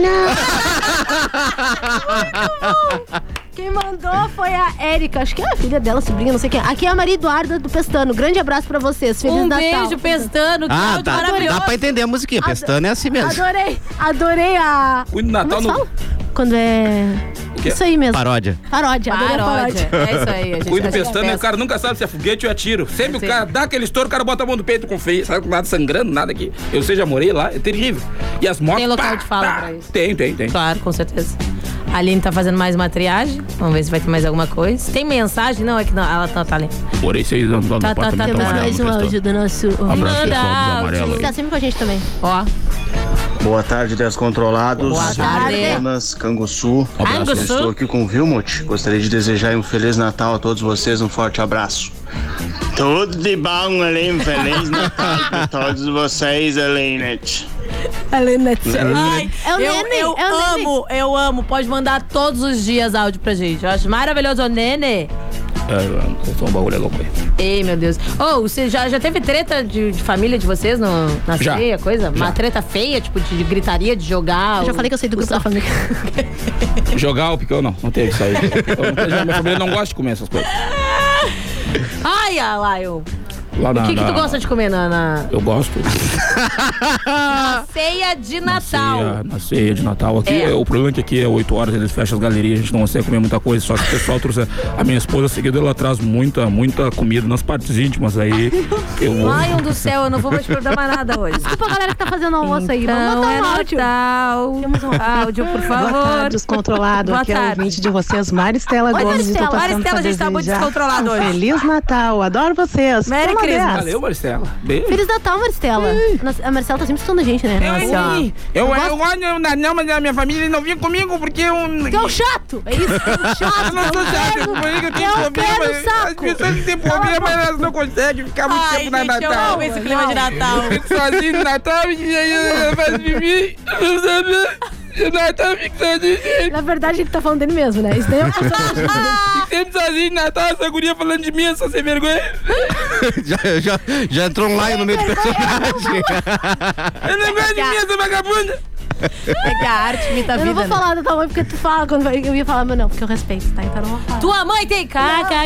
Speaker 18: novo.
Speaker 6: Quem mandou foi a Érica, acho que é a filha dela, sobrinha, não sei quem. Aqui é a Maria Eduarda do Pestano. Grande abraço pra vocês. Feliz
Speaker 5: Um
Speaker 6: Natal.
Speaker 5: beijo, Pestano. Que
Speaker 6: Ah,
Speaker 5: áudio
Speaker 8: tá, dá
Speaker 5: maravilhoso.
Speaker 8: pra entender a musiquinha.
Speaker 6: Ado-
Speaker 8: Pestando é assim mesmo.
Speaker 6: Adorei, adorei a.
Speaker 7: O Natal
Speaker 6: Como é que
Speaker 7: no-
Speaker 6: fala? Quando é.
Speaker 7: quê?
Speaker 6: Isso aí mesmo.
Speaker 8: Paródia.
Speaker 6: Paródia, adorei a paródia.
Speaker 5: É
Speaker 7: Cuido
Speaker 5: tá
Speaker 7: pestando, e o cara nunca sabe se é foguete ou é tiro. Sempre o cara dá aquele estouro, o cara bota a mão no peito com feio, sabe? com Nada sangrando, nada aqui. Eu sei, já morei lá, é terrível. E as motos.
Speaker 5: Tem local
Speaker 7: pá,
Speaker 5: de fala
Speaker 7: pá.
Speaker 5: pra isso.
Speaker 7: Tem, tem, tem.
Speaker 5: Claro, com certeza. A Aline tá fazendo mais uma triagem. Vamos ver se vai ter mais alguma coisa. Tem mensagem? Não, é que não. Ela tá, tá lendo.
Speaker 16: Morei seis anos lá no
Speaker 5: Tá, tá, tá,
Speaker 16: apartamento
Speaker 5: tá.
Speaker 16: amarelo.
Speaker 6: Mais
Speaker 16: no
Speaker 6: um
Speaker 16: Cristão.
Speaker 6: áudio do nosso.
Speaker 16: Abraço, pessoal dos amarelos aí.
Speaker 6: Tá sempre com a gente também.
Speaker 5: Ó. tá
Speaker 19: Boa tarde, Descontrolados.
Speaker 6: Boa tarde.
Speaker 19: Jonas Canguçu.
Speaker 6: Um abraço. Canguçu.
Speaker 19: Estou aqui com o Vilmot. Gostaria de desejar um Feliz Natal a todos vocês. Um forte abraço.
Speaker 20: Tudo de bom, Aline. Feliz Natal pra todos vocês, Aline.
Speaker 5: Ai,
Speaker 6: É
Speaker 5: eu,
Speaker 6: o Nene,
Speaker 5: eu
Speaker 6: é o Nene.
Speaker 5: amo, eu amo. Pode mandar todos os dias áudio pra gente. Eu acho maravilhoso. Ô, Nene.
Speaker 7: É, eu sou um bagulho louco aí.
Speaker 5: Ei, meu Deus. Ô, você já, já teve treta de, de família de vocês no, na
Speaker 7: Já.
Speaker 5: ceia, coisa? Uma treta feia, tipo, de, de gritaria, de jogar?
Speaker 6: Eu já
Speaker 5: o-
Speaker 6: falei que eu sei do grupo da família.
Speaker 7: Jogar o picão, não. Não teve isso aí. Eu não tenho- Minha família não gosta de comer essas coisas.
Speaker 5: Ai, ah, lá, eu.
Speaker 7: Lá na,
Speaker 5: o que, que
Speaker 7: na-
Speaker 5: tu gosta de comer na, na-
Speaker 7: Eu gosto.
Speaker 5: na ceia de Natal?
Speaker 7: Ceia- na ceia de Natal aqui.
Speaker 5: É.
Speaker 7: O problema é que aqui é 8 horas, eles fecham as galerias, a gente não consegue comer muita coisa. Só que o pessoal trouxe. A minha esposa seguida, ela traz muita, muita comida nas partes íntimas. Aí eu vou.
Speaker 5: Lion do céu, eu não vou mais programar nada hoje.
Speaker 6: Desculpa a galera que tá fazendo almoço aí. Vamos
Speaker 5: Então
Speaker 6: botar um
Speaker 5: é
Speaker 6: áudio.
Speaker 5: Natal. Temos um áudio, por favor.
Speaker 21: Boa tarde, descontrolado.
Speaker 5: Boa
Speaker 21: Aqui é o
Speaker 5: tarde.
Speaker 21: ouvinte de vocês, Maristela
Speaker 5: Oi,
Speaker 21: Gomes.
Speaker 5: Maristela.
Speaker 21: Estou passando
Speaker 5: Maristela,
Speaker 21: pra
Speaker 5: a gente tá muito
Speaker 21: desejar
Speaker 5: descontrolado
Speaker 21: um
Speaker 5: hoje.
Speaker 21: Feliz Natal, adoro vocês.
Speaker 5: Merry
Speaker 21: Toma
Speaker 5: Christmas.
Speaker 21: dez.
Speaker 7: Valeu, Marcela. Beijo.
Speaker 6: Feliz Natal, Maristela. Nossa, A Maristela tá sempre estudando a gente, né?
Speaker 7: Eu, eu, eu, olho na não, mas a minha família não vinha comigo porque eu.
Speaker 6: Que é um chato! É isso, é um chato!
Speaker 7: Eu não sou chato, eu falei que eu tenho
Speaker 6: é um
Speaker 7: problema.
Speaker 6: pé no
Speaker 7: As
Speaker 6: saco.
Speaker 7: pessoas que é- têm problema, elas não conseguem ficar muito
Speaker 5: Ai,
Speaker 7: tempo na
Speaker 5: gente, eu
Speaker 7: é Natal.
Speaker 5: amo esse clima de Natal.
Speaker 7: Eu fico sozinho no Natal e aí eu faço mimimi. eu sabe? O Natal fica sozinho.
Speaker 6: Na verdade, ele tá falando dele mesmo, né? Isso daí é uma passagem.
Speaker 7: Fico sempre sozinho no Natal, essa guria falando de mim, essa sem vergonha.
Speaker 8: já, já, já entrou um lion no meio do personagem.
Speaker 7: Eu não gosto de mim, essa vagabunda.
Speaker 5: Pegar arte, imita a
Speaker 6: Eu não
Speaker 5: vida. né?
Speaker 6: vou falar da tua mãe porque tu fala quando vai- eu ia falar, mas não, porque eu respeito, tá? Então eu não vou falar.
Speaker 5: Tua mãe tem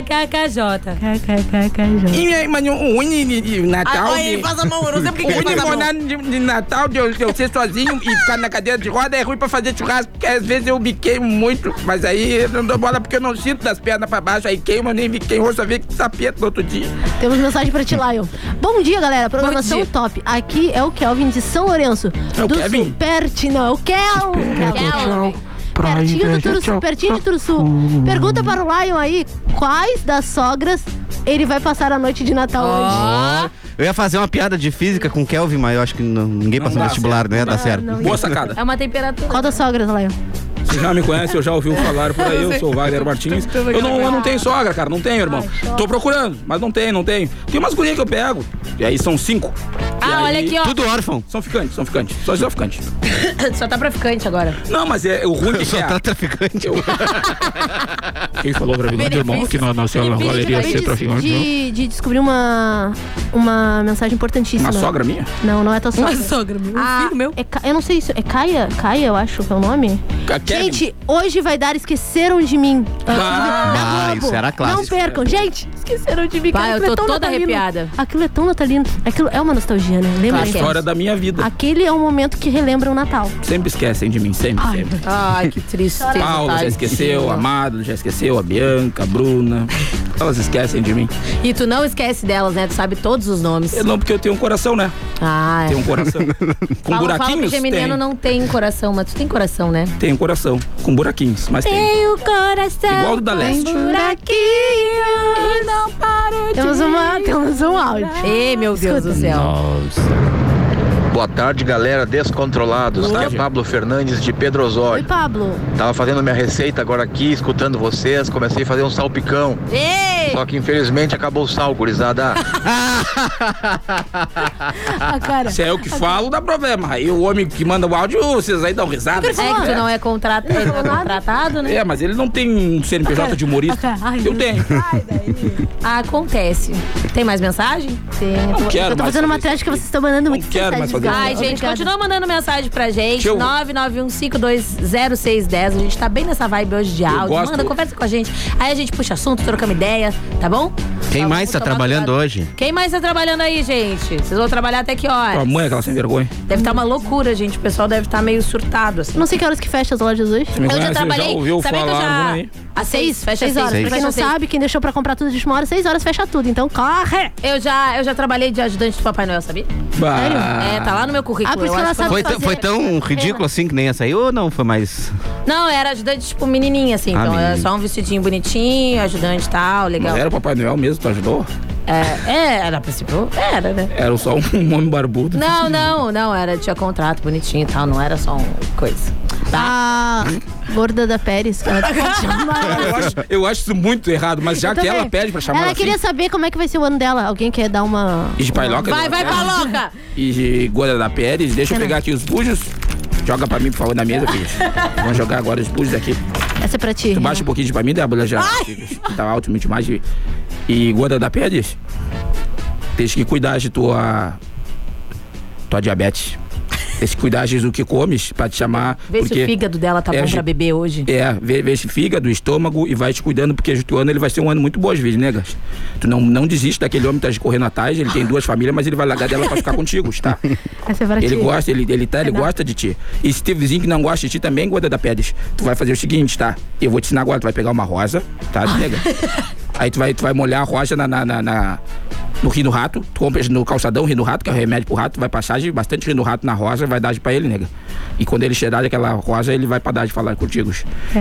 Speaker 5: KKKKJ.
Speaker 6: KKKKJ.
Speaker 7: E aí, mano, o Uni de- de Natal.
Speaker 5: Ah, olha, ele faz a mão, eu não sei porque que
Speaker 7: O
Speaker 5: ele faz
Speaker 7: único
Speaker 5: a mão.
Speaker 7: nada de, de Natal de eu, de eu ser sozinho e ficar na cadeira de roda é ruim pra fazer churrasco, porque às vezes eu me queimo muito, mas aí eu não dou bola porque eu não sinto das pernas pra baixo, aí queima, nem me queimou, só vi que sapeta no outro dia.
Speaker 6: Temos mensagem pra ti, Lion. Bom dia, galera. Programação top. Aqui é o Kelvin de São Lourenço.
Speaker 7: É o
Speaker 6: do
Speaker 7: Kevin?
Speaker 6: Superti, não, é o Kel. Kel. Pertinho do Turuçu, pertinho de Turuçu. Pergunta para o Lion aí, quais das sogras ele vai passar a noite de Natal hoje?
Speaker 8: Eu ia fazer uma piada de física com Kelvin, mas eu acho que não- ninguém passou no vestibular, né? Dá certo.
Speaker 7: Boa sacada.
Speaker 5: É uma temperatura.
Speaker 6: Qual das sogras, Lion?
Speaker 7: Quem já me conhece, eu já ouviu falar por aí, eu sou o Wagner Martins. Eu não, eu não tenho sogra, cara, não tenho, irmão. Tô procurando, mas não tenho, não tenho. Tem umas gurias que eu pego, e aí são cinco.
Speaker 5: Ah, olha aqui, ó.
Speaker 7: Tudo órfão. São ficantes, são ficantes. Só são ficantes.
Speaker 5: Só tá pra ficante agora.
Speaker 7: Não, mas é o ruim que Só tá traficante.
Speaker 16: Quem falou pra mim, meu irmão, que não nasceu na
Speaker 6: Felipe,
Speaker 16: galeria
Speaker 6: acabei
Speaker 16: ser traficante? não?
Speaker 6: de, de descobrir uma, uma mensagem importantíssima.
Speaker 16: Uma sogra minha?
Speaker 6: Não, não é tua sogra.
Speaker 5: Uma sogra minha, um
Speaker 7: Ah,
Speaker 6: filho meu. eu não sei isso. É Caia? Caia, eu acho que é o nome.
Speaker 7: Ca- Kevin.
Speaker 6: Gente, hoje vai dar Esqueceram de Mim. Ah,
Speaker 8: Ah,
Speaker 6: da Globo.
Speaker 8: isso era
Speaker 6: Não
Speaker 8: clássico.
Speaker 6: percam, gente. Esqueceram de Mim.
Speaker 5: Vai,
Speaker 6: cara,
Speaker 5: eu
Speaker 6: aquilo é
Speaker 5: tô
Speaker 6: tão
Speaker 5: toda
Speaker 6: natalino.
Speaker 5: arrepiada.
Speaker 6: Aquilo é tão natalino. Aquilo é uma nostalgia, né? Lembra?
Speaker 7: A história Tá da minha vida.
Speaker 6: Aquele é um momento que relembra o Natal.
Speaker 7: Sempre esquecem de mim, sempre, sempre.
Speaker 5: Ai, que tristeza. tá
Speaker 7: Paulo já
Speaker 5: tadinho.
Speaker 7: esqueceu, a Amado já esqueceu, a Bianca, a Bruna. Elas esquecem de mim.
Speaker 5: E tu não esquece delas, né? Tu sabe todos os nomes.
Speaker 7: Eu não, porque eu tenho um coração, né?
Speaker 5: Ah, é.
Speaker 7: Tenho um coração. Com
Speaker 5: Falam- falam que
Speaker 7: um buraquinhos?
Speaker 5: geminiano
Speaker 7: Tem.
Speaker 5: não tem coração, mas tu tem coração, né?
Speaker 7: Tem um coração. Com buraquinhos, mas tem.
Speaker 5: Tem o coração.
Speaker 7: Igual do da Leste.
Speaker 5: com buraquinhos. E não paro de
Speaker 6: Temos, uma, temos um áudio.
Speaker 5: Ei, meu Deus do céu.
Speaker 4: Boa tarde, galera
Speaker 7: Tá?
Speaker 4: descontrolados.
Speaker 6: Boa
Speaker 4: Aqui é
Speaker 6: tarde.
Speaker 4: Pablo Fernandes de Pedro
Speaker 6: Oi,
Speaker 4: Osório.
Speaker 6: Pablo.
Speaker 4: Tava fazendo minha receita agora aqui, escutando vocês. Comecei a fazer um salpicão.
Speaker 5: Ei!
Speaker 4: Só que infelizmente acabou o sal, gurizada.
Speaker 7: Se é eu que falo, dá problema. Aí o homem que manda o áudio, vocês aí dão risada.
Speaker 5: É que tu não é, contrat... ele não é contratado, né?
Speaker 7: É, mas ele não tem um CNPJ de humorista. Eu tenho.
Speaker 5: Acontece. Tem mais mensagem? Tem.
Speaker 7: Não
Speaker 6: Eu tô-
Speaker 7: quero
Speaker 6: eu tô
Speaker 7: mais
Speaker 6: fazendo uma thread que vocês estão mandando muito
Speaker 7: quero mais fazer
Speaker 5: Ai, gente, continua mandando mensagem pra gente.
Speaker 7: Deixa eu-
Speaker 5: 991520610. A gente tá bem nessa vibe hoje de áudio.
Speaker 8: gosto-
Speaker 5: Manda, conversa com a gente. Aí a gente puxa assunto, trocamos ideia, tá bom?
Speaker 8: Quem mais tá trabalhando hoje?
Speaker 5: Quem mais tá trabalhando aí, gente? Vocês vão trabalhar até que
Speaker 7: Tua
Speaker 5: horas?
Speaker 7: mãe, é aquela sem vergonha.
Speaker 5: Deve estar uma loucura, gente. O pessoal deve estar meio surtado, assim.
Speaker 6: Não sei que horas que fecha as lojas hoje.
Speaker 7: me conhece, já ouviu
Speaker 5: sabia que eu
Speaker 7: falar,
Speaker 5: já...
Speaker 7: alguma aí?
Speaker 5: Às seis, fecha
Speaker 6: Seis
Speaker 5: seis.
Speaker 6: horas.
Speaker 5: fecha
Speaker 6: Pra quem não
Speaker 5: seis.
Speaker 6: sabe, quem deixou pra comprar tudo de uma hora, seis horas fecha tudo. Então corre!
Speaker 5: É, Eu já, eu já trabalhei de ajudante do Papai Noel, sabia?
Speaker 8: Bah.
Speaker 5: Sério? É, tá lá no meu currículo.
Speaker 6: Ah, por isso
Speaker 5: eu
Speaker 6: que ela
Speaker 5: acho que eu
Speaker 8: Foi,
Speaker 5: não
Speaker 8: tão- foi
Speaker 5: fazia.
Speaker 8: tão ridículo assim que nem essa aí? Ou não foi mais.
Speaker 5: Não, era ajudante, tipo, menininha, assim.
Speaker 8: Ah,
Speaker 5: então, era
Speaker 8: menininha.
Speaker 5: só um vestidinho bonitinho, ajudante e tal, legal.
Speaker 7: Mas era o Papai Noel mesmo, tu ajudou?
Speaker 5: É, é, era a princípio, era, né?
Speaker 7: Era só um homem barbudo.
Speaker 5: Não, não, não, era, tinha contrato bonitinho e tal, não era só um coisa. Tá?
Speaker 6: A gorda da Pérez. Ela,
Speaker 7: Eu acho, eu acho isso muito errado, mas já
Speaker 6: Eu
Speaker 7: que
Speaker 6: também.
Speaker 7: ela pede pra chamar
Speaker 6: ela
Speaker 7: ela
Speaker 6: queria saber como é que vai ser o ano dela. Alguém quer dar uma.
Speaker 7: assim, e de pailoca,
Speaker 5: Vai, vai, paloca!
Speaker 7: e de Goda da Pérez, deixa eu pegar aqui os bujos. Joga pra mim, por favor, na mesa, filho. Vamos jogar agora os bujos aqui.
Speaker 6: Essa é pra ti.
Speaker 7: Tu baixa um pouquinho de pra mim, Débora, já. que Tá alto, muito mais. de- E Goda da Pérez, tens que cuidar de tua. tua diabetes. Tens que cuidar do que comes pra te chamar.
Speaker 5: Vê se
Speaker 7: porque
Speaker 5: o fígado dela tá
Speaker 7: é
Speaker 5: bom pra
Speaker 7: ju-
Speaker 5: beber hoje.
Speaker 7: É, vê, vê esse fígado, estômago e vai te cuidando, porque o ano ele vai ser um ano muito bom às vezes, né, Gas? Tu não, não desiste daquele homem que tá correndo atrás, ele tem duas famílias, mas ele vai largar dela pra ficar contigo, tá?
Speaker 6: Essa é pra ti.
Speaker 7: Ele gosta, ele, ele tá, ele gosta de ti. E se tem vizinho que não gosta de ti também, guarda da pedras. Tu vai fazer o seguinte, tá? Eu vou te ensinar agora, tu vai pegar uma rosa, tá? Pega. Aí tu vai, tu vai molhar a rosa na, na, na- na- no rio do rato, tu compra no calçadão rio do rato, que é o remédio pro rato, tu vai passar de bastante rio do rato na rosa, vai dar de pra ele, nega. E quando ele cheirar daquela rosa, ele vai pra dar de falar contigo.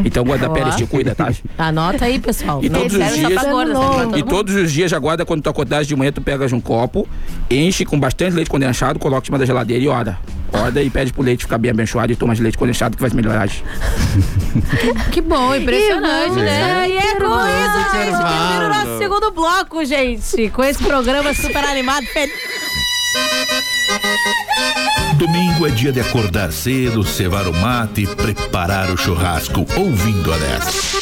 Speaker 7: Então guarda da
Speaker 5: Ó.
Speaker 7: pedras te cuida, tá?
Speaker 5: Anota aí, pessoal.
Speaker 7: E
Speaker 5: Não
Speaker 7: todos os
Speaker 5: serve só
Speaker 7: dias,
Speaker 5: tá pra gorda, serve pra todo
Speaker 7: e
Speaker 5: mundo.
Speaker 7: todos os dias aguarda quando tu acordares de manhã, tu pegas um copo, enche com bastante leite condensado, coloca em cima da geladeira e ora. Ora e pede pro leite ficar bem abençoado e toma de leite condensado que vai melhorar.
Speaker 5: Que bom, impressionante, né? E é com isso, gente, que termina o nosso segundo bloco, gente. Com esse programa super animado, feliz.
Speaker 22: Domingo é dia de acordar cedo, cevar o mate e preparar o churrasco, ouvindo a 10.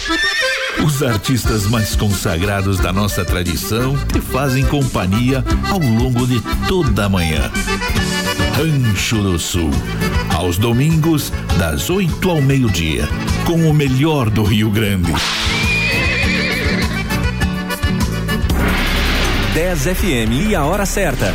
Speaker 22: Os artistas mais consagrados da nossa tradição te fazem companhia ao longo de toda a manhã. Rancho do Sul, aos domingos, das 8 ao meio-dia, com o melhor do Rio Grande.
Speaker 23: 10 FM e a hora certa.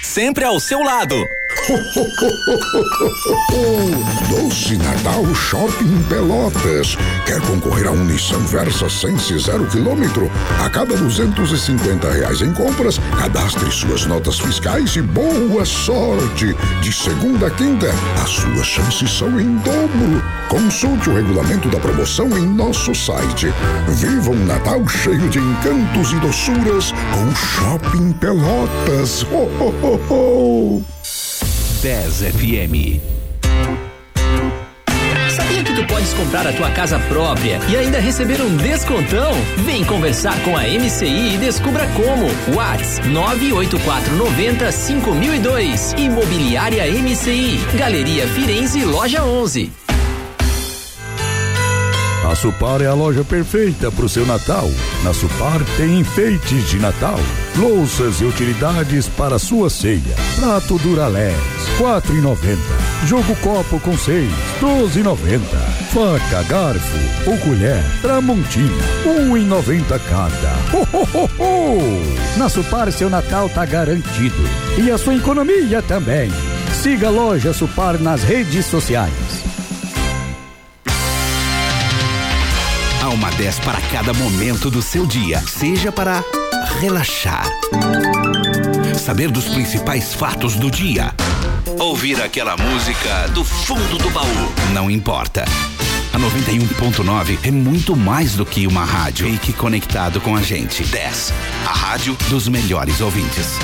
Speaker 23: sempre ao seu lado.
Speaker 11: Doce Natal Shopping Pelotas. Quer concorrer a um Nissan Versa Sense zero quilômetro? A cada 250 reais em compras, cadastre suas notas fiscais e boa sorte. De segunda a quinta, as suas chances são em dobro. Consulte o regulamento da promoção em nosso site. Viva um Natal cheio de encantos e doçuras com Shopping Pelotas. Oh, oh, oh, oh.
Speaker 22: 10 FM.
Speaker 2: Sabia que tu podes comprar a tua casa própria e ainda receber um descontão? Vem conversar com a MCI e descubra como. Whats 98490 5002. Imobiliária MCI. Galeria Firenze, Loja 11.
Speaker 3: A Supar é a loja perfeita para o seu Natal. Na Supar tem enfeites de Natal, louças e utilidades para a sua ceia. Prato Duralex, quatro e Jogo copo com seis, doze e Faca, garfo ou colher, Tramontina, um e cada. Ho, ho, ho, ho! Na Supar seu Natal tá garantido e a sua economia também. Siga a loja Supar nas redes sociais.
Speaker 24: Há uma 10 para cada momento do seu dia, seja para relaxar, saber dos principais fatos do dia, ouvir aquela música do fundo do baú, não importa. A 91.9 é muito mais do que uma rádio. Fique conectado com a gente. 10. A rádio dos melhores ouvintes.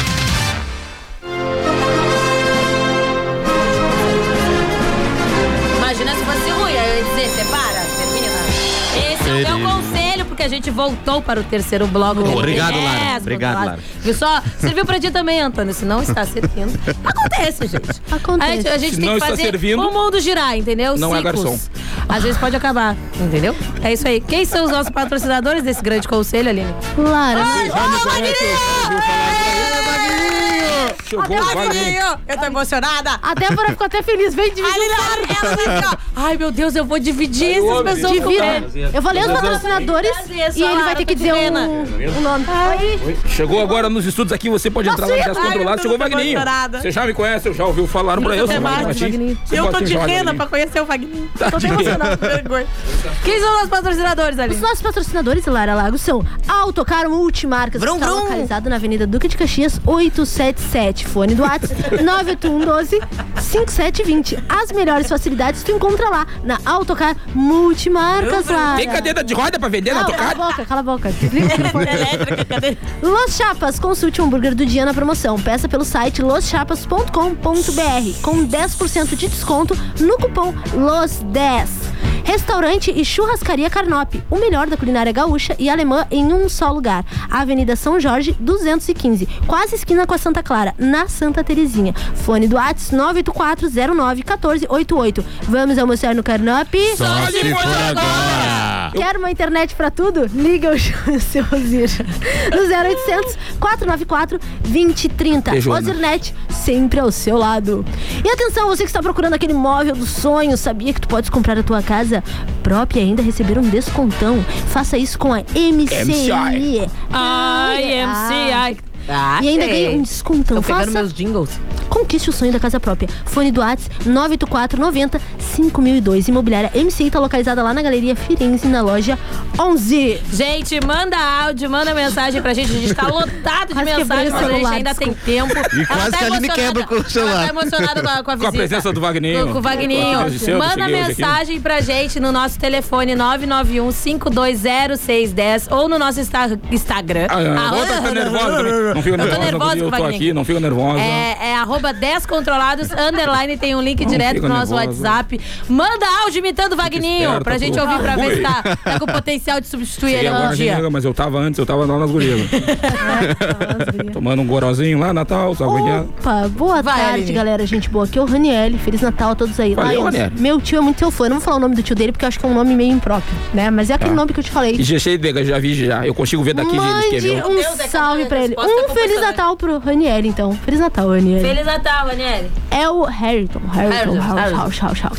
Speaker 5: Imagina se fosse ruim, aí eu ia dizer, separa, termina. Esse é o meu
Speaker 8: Termina.
Speaker 5: conselho, porque a gente voltou para o terceiro bloco. do
Speaker 8: Obrigado,
Speaker 5: Dez,
Speaker 8: Lara.
Speaker 5: controlado.
Speaker 8: Obrigado, Lara.
Speaker 5: Viu só? Serviu pra ti também, Antônio, se não está servindo. Acontece, gente. Acontece. A gente, a gente
Speaker 7: Se
Speaker 5: tem
Speaker 7: não
Speaker 5: que
Speaker 7: está
Speaker 5: fazer
Speaker 7: servindo,
Speaker 5: o mundo girar, entendeu?
Speaker 7: não é
Speaker 5: Ciclos.
Speaker 7: garçom.
Speaker 5: Às vezes pode acabar, entendeu? É isso aí. Quem são os nossos patrocinadores desse grande conselho, Aline?
Speaker 6: Lara.
Speaker 5: Até o Magninho! Eu tô emocionada. A Débora ficou até feliz. Vem dividir ela, Ai, meu Deus, eu vou dividir essas pessoas com
Speaker 6: Divida. Eu falei os patrocinadores e ele vai ter que dizer o, o nome.
Speaker 7: Chegou agora nos estudos aqui, você pode entrar lá no
Speaker 5: Assim,
Speaker 6: Nossa,
Speaker 7: Jazz
Speaker 6: ai,
Speaker 7: Controlado.
Speaker 6: eu tô
Speaker 7: Chegou o
Speaker 6: muito
Speaker 7: Vagninho.
Speaker 6: emocionada.
Speaker 7: Você já me conhece, eu já ouviu falar por aí. Eu sou o Wagner Martins. Você
Speaker 5: é Eu
Speaker 7: pode
Speaker 5: tô de
Speaker 7: chamar o
Speaker 5: rena
Speaker 7: Wagninho.
Speaker 5: pra conhecer o Wagninho.
Speaker 7: Tá
Speaker 5: Tô
Speaker 7: de
Speaker 5: até emocionada,
Speaker 7: rena.
Speaker 5: vergonha. Quem são os nossos patrocinadores, Aline?
Speaker 6: Os nossos patrocinadores, Lara Lago, são Autocar Multimarcas, que está localizado na Avenida Duque de Caxias 877. Fone do Whats 98112 5720. As melhores facilidades tu encontra lá na Autocar Multimarcas, Lara.
Speaker 7: Tem cadeira de roda pra vender na
Speaker 6: Não,
Speaker 7: tua
Speaker 6: cala a boca, cala a boca. Desliga o microfone. Los Chapas, consulte o hambúrguer do dia na promoção. Peça pelo site loschapas.com.br com 10% de desconto no cupom LOS10. Restaurante e churrascaria Carnop, o melhor da culinária gaúcha e alemã em um só lugar. Avenida São Jorge, 215, quase esquina com a Santa Clara, na Santa Terezinha. Fone do Whats 984091488. Vamos almoçar no Carnop? Quer uma internet pra tudo? Liga o seu Ozir no 0800 494 2030.
Speaker 25: Beijona.
Speaker 6: Ozirnet sempre ao seu lado. E atenção, você que está procurando aquele móvel do sonho, sabia que tu podes comprar a tua casa própria e ainda receber um descontão? Faça isso com a MCI.
Speaker 5: MCI. Ai, MCI. Ah,
Speaker 6: e ainda
Speaker 5: sei.
Speaker 6: ganha um descontão.
Speaker 5: Tô pegando
Speaker 6: Faça
Speaker 5: meus jingles.
Speaker 6: Conquiste o sonho da casa própria. Fone do Whats 98490 5002. Imobiliária MCI tá localizada lá na Galeria Firenze, na loja 11.
Speaker 5: Gente, manda áudio, manda mensagem pra gente. A gente tá lotado de
Speaker 6: Quase quebrei
Speaker 5: mensagem, mas a
Speaker 6: o
Speaker 5: gente
Speaker 6: celular,
Speaker 5: ainda tem tempo. tá
Speaker 7: E quase que a Aline
Speaker 5: emocionada.
Speaker 7: quebra com o
Speaker 5: Ela
Speaker 7: celular.
Speaker 5: tá emocionada com a, com a
Speaker 7: Com a
Speaker 5: visita.
Speaker 7: presença do Wagninho.
Speaker 5: Com, com o
Speaker 7: Com a presença, eu
Speaker 5: Wagninho. Manda
Speaker 7: cheguei hoje aqui.
Speaker 5: mensagem pra gente no nosso telefone 991-520610 ou no nosso insta- Instagram.
Speaker 7: Ah, ah,
Speaker 5: Arroba-
Speaker 7: outra tá nervosa também. Não fica
Speaker 5: Eu tô
Speaker 7: nervosa,
Speaker 5: nervosa
Speaker 7: Wagninho, Eu tô
Speaker 5: com o Wagninho.
Speaker 7: aqui, não fica nervosa.
Speaker 5: É, é arroba 10 controlados, underline, tem um link
Speaker 7: Não
Speaker 5: direto
Speaker 7: fica
Speaker 5: pro nosso
Speaker 7: nervosa.
Speaker 5: WhatsApp. Manda áudio imitando o Wagninho
Speaker 7: esperta,
Speaker 5: pra gente
Speaker 7: pô.
Speaker 5: ouvir pra ver
Speaker 7: Ui.
Speaker 5: se tá, tá com potencial de substituir
Speaker 7: Cheguei
Speaker 5: ele
Speaker 7: agora
Speaker 5: algum
Speaker 7: na
Speaker 5: dia.
Speaker 7: Geneva, mas eu tava antes, eu tava lá nas gurias. Tomando um gorozinho lá, Natal, é saguinha.
Speaker 6: Opa, boa tarde, galera. Gente boa aqui é o Raniel. Feliz Natal a todos aí.
Speaker 7: Valeu,
Speaker 6: Lions,
Speaker 7: Raniel.
Speaker 6: meu tio é muito seu fã. Eu não vou falar o nome do tio dele porque eu acho que é um nome meio impróprio, né? Mas é aquele
Speaker 7: Tá.
Speaker 6: nome que eu te falei.
Speaker 7: E já sei, nega, já vi já. Eu consigo ver daqui, gente, que é
Speaker 6: Mande
Speaker 7: meu. é
Speaker 6: um salve pra ele. Um Feliz Natal pro Raniel, então. Feliz Natal, Raniel.
Speaker 5: Feliz Natal, Aniele.
Speaker 6: É o Harrington. Harrington,
Speaker 5: Harrington,
Speaker 6: Harrington, Harrington, Harrington.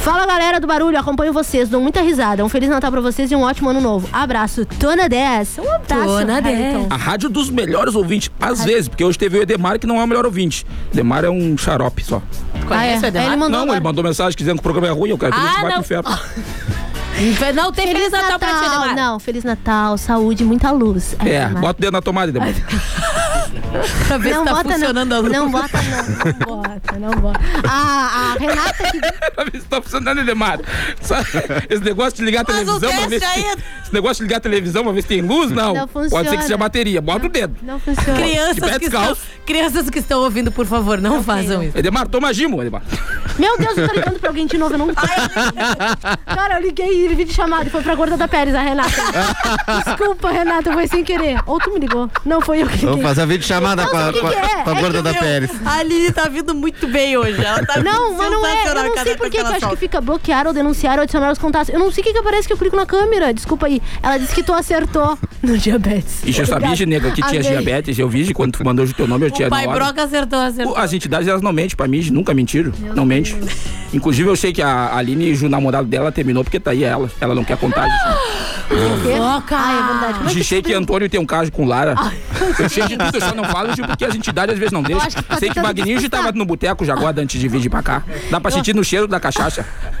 Speaker 6: Fala galera do barulho, acompanho vocês, dou muita risada. Um feliz Natal pra vocês e um ótimo ano novo. Abraço, Tona 10. Um abraço,
Speaker 5: Tona 10.
Speaker 6: Harrington.
Speaker 7: A rádio dos melhores ouvintes, às vezes, porque hoje teve o Edemar que não é o melhor ouvinte. Edemar é um xarope só.
Speaker 5: Ah,
Speaker 6: Ah, é.
Speaker 5: Conhece o Edemar?
Speaker 7: não, ele mandou mensagem dizendo que o programa é ruim, eu quero que
Speaker 5: Ah,
Speaker 7: a gente vai pro
Speaker 5: não.
Speaker 7: inferno.
Speaker 5: Não tem Feliz, Natal, pra ti, Ademar.
Speaker 6: Não, Feliz Natal, saúde, muita luz. Ai,
Speaker 7: É,
Speaker 6: Ademar.
Speaker 7: bota o dedo na tomada, Edemar.
Speaker 5: pra ver
Speaker 6: não
Speaker 5: se tá
Speaker 6: bota,
Speaker 5: funcionando
Speaker 6: não.
Speaker 5: a luz.
Speaker 6: Não bota, não. Não bota, não bota. Ah, A, a Renata que
Speaker 7: pra ver se tá funcionando, Edemar. Sabe, Esse negócio de ligar a
Speaker 6: Mas o
Speaker 7: televisão pra ver se.
Speaker 6: teste
Speaker 7: tem- Esse negócio de ligar a televisão pra ver se tem luz, não.
Speaker 5: Não
Speaker 7: Pode ser que seja
Speaker 5: funciona.
Speaker 7: bateria. Bota o dedo.
Speaker 6: não funciona.
Speaker 7: De
Speaker 5: Crianças
Speaker 7: pé
Speaker 5: que, estão,
Speaker 7: descalço.
Speaker 5: crianças que estão ouvindo, por favor, não façam isso.
Speaker 7: Edemar, toma gimo, Edemar.
Speaker 6: Meu Deus, eu tô ligando pra alguém de novo, eu não. Cara, eu liguei e ele vídeo chamado. Foi pra gorda da Pérez, a Renata. Desculpa, Renata, foi sem querer. Ou tu me ligou. Não, foi eu que liguei.
Speaker 8: Vamos fazer a videochamada
Speaker 6: Não,
Speaker 8: com a,
Speaker 6: sabe o
Speaker 8: com
Speaker 6: que que
Speaker 8: a,
Speaker 6: é?
Speaker 8: com a
Speaker 6: É
Speaker 8: gorda
Speaker 6: que
Speaker 8: da
Speaker 6: meu-
Speaker 8: Pérez.
Speaker 5: A Aline tá vindo muito bem hoje. Ela tá
Speaker 6: Não, mas não é. Eu não sei por que que acho que fica bloquear ou denunciar ou adicionar os contatos. Eu não sei o que, que aparece que eu clico na câmera. Desculpa aí. Ela disse que tu acertou no diabetes.
Speaker 7: E eu sabia, nega, que tinha
Speaker 6: Amei.
Speaker 7: diabetes. Eu vi, quando tu mandou o teu nome, eu tinha na hora.
Speaker 5: acertou, acertou.
Speaker 7: As entidades, elas não mentem pra mim, nunca mentiram. não mente. Inclusive, eu sei que a Aline, o namorado dela, terminou porque tá aí ela. Ela não quer contar.
Speaker 5: Fofoca!
Speaker 6: Ah, é verdade. Como é que
Speaker 7: Achei que Antônio tem um caso com Lara.
Speaker 6: Ah.
Speaker 7: Eu sei de tudo, eu só não falo de porque as entidades às vezes não deixam.
Speaker 6: acho que tu tá
Speaker 7: sei que
Speaker 6: tentando
Speaker 7: Magnígio tava no boteco já agora antes de vir de pra cá. Dá pra sentir no cheiro da cachaça.
Speaker 5: é
Speaker 6: é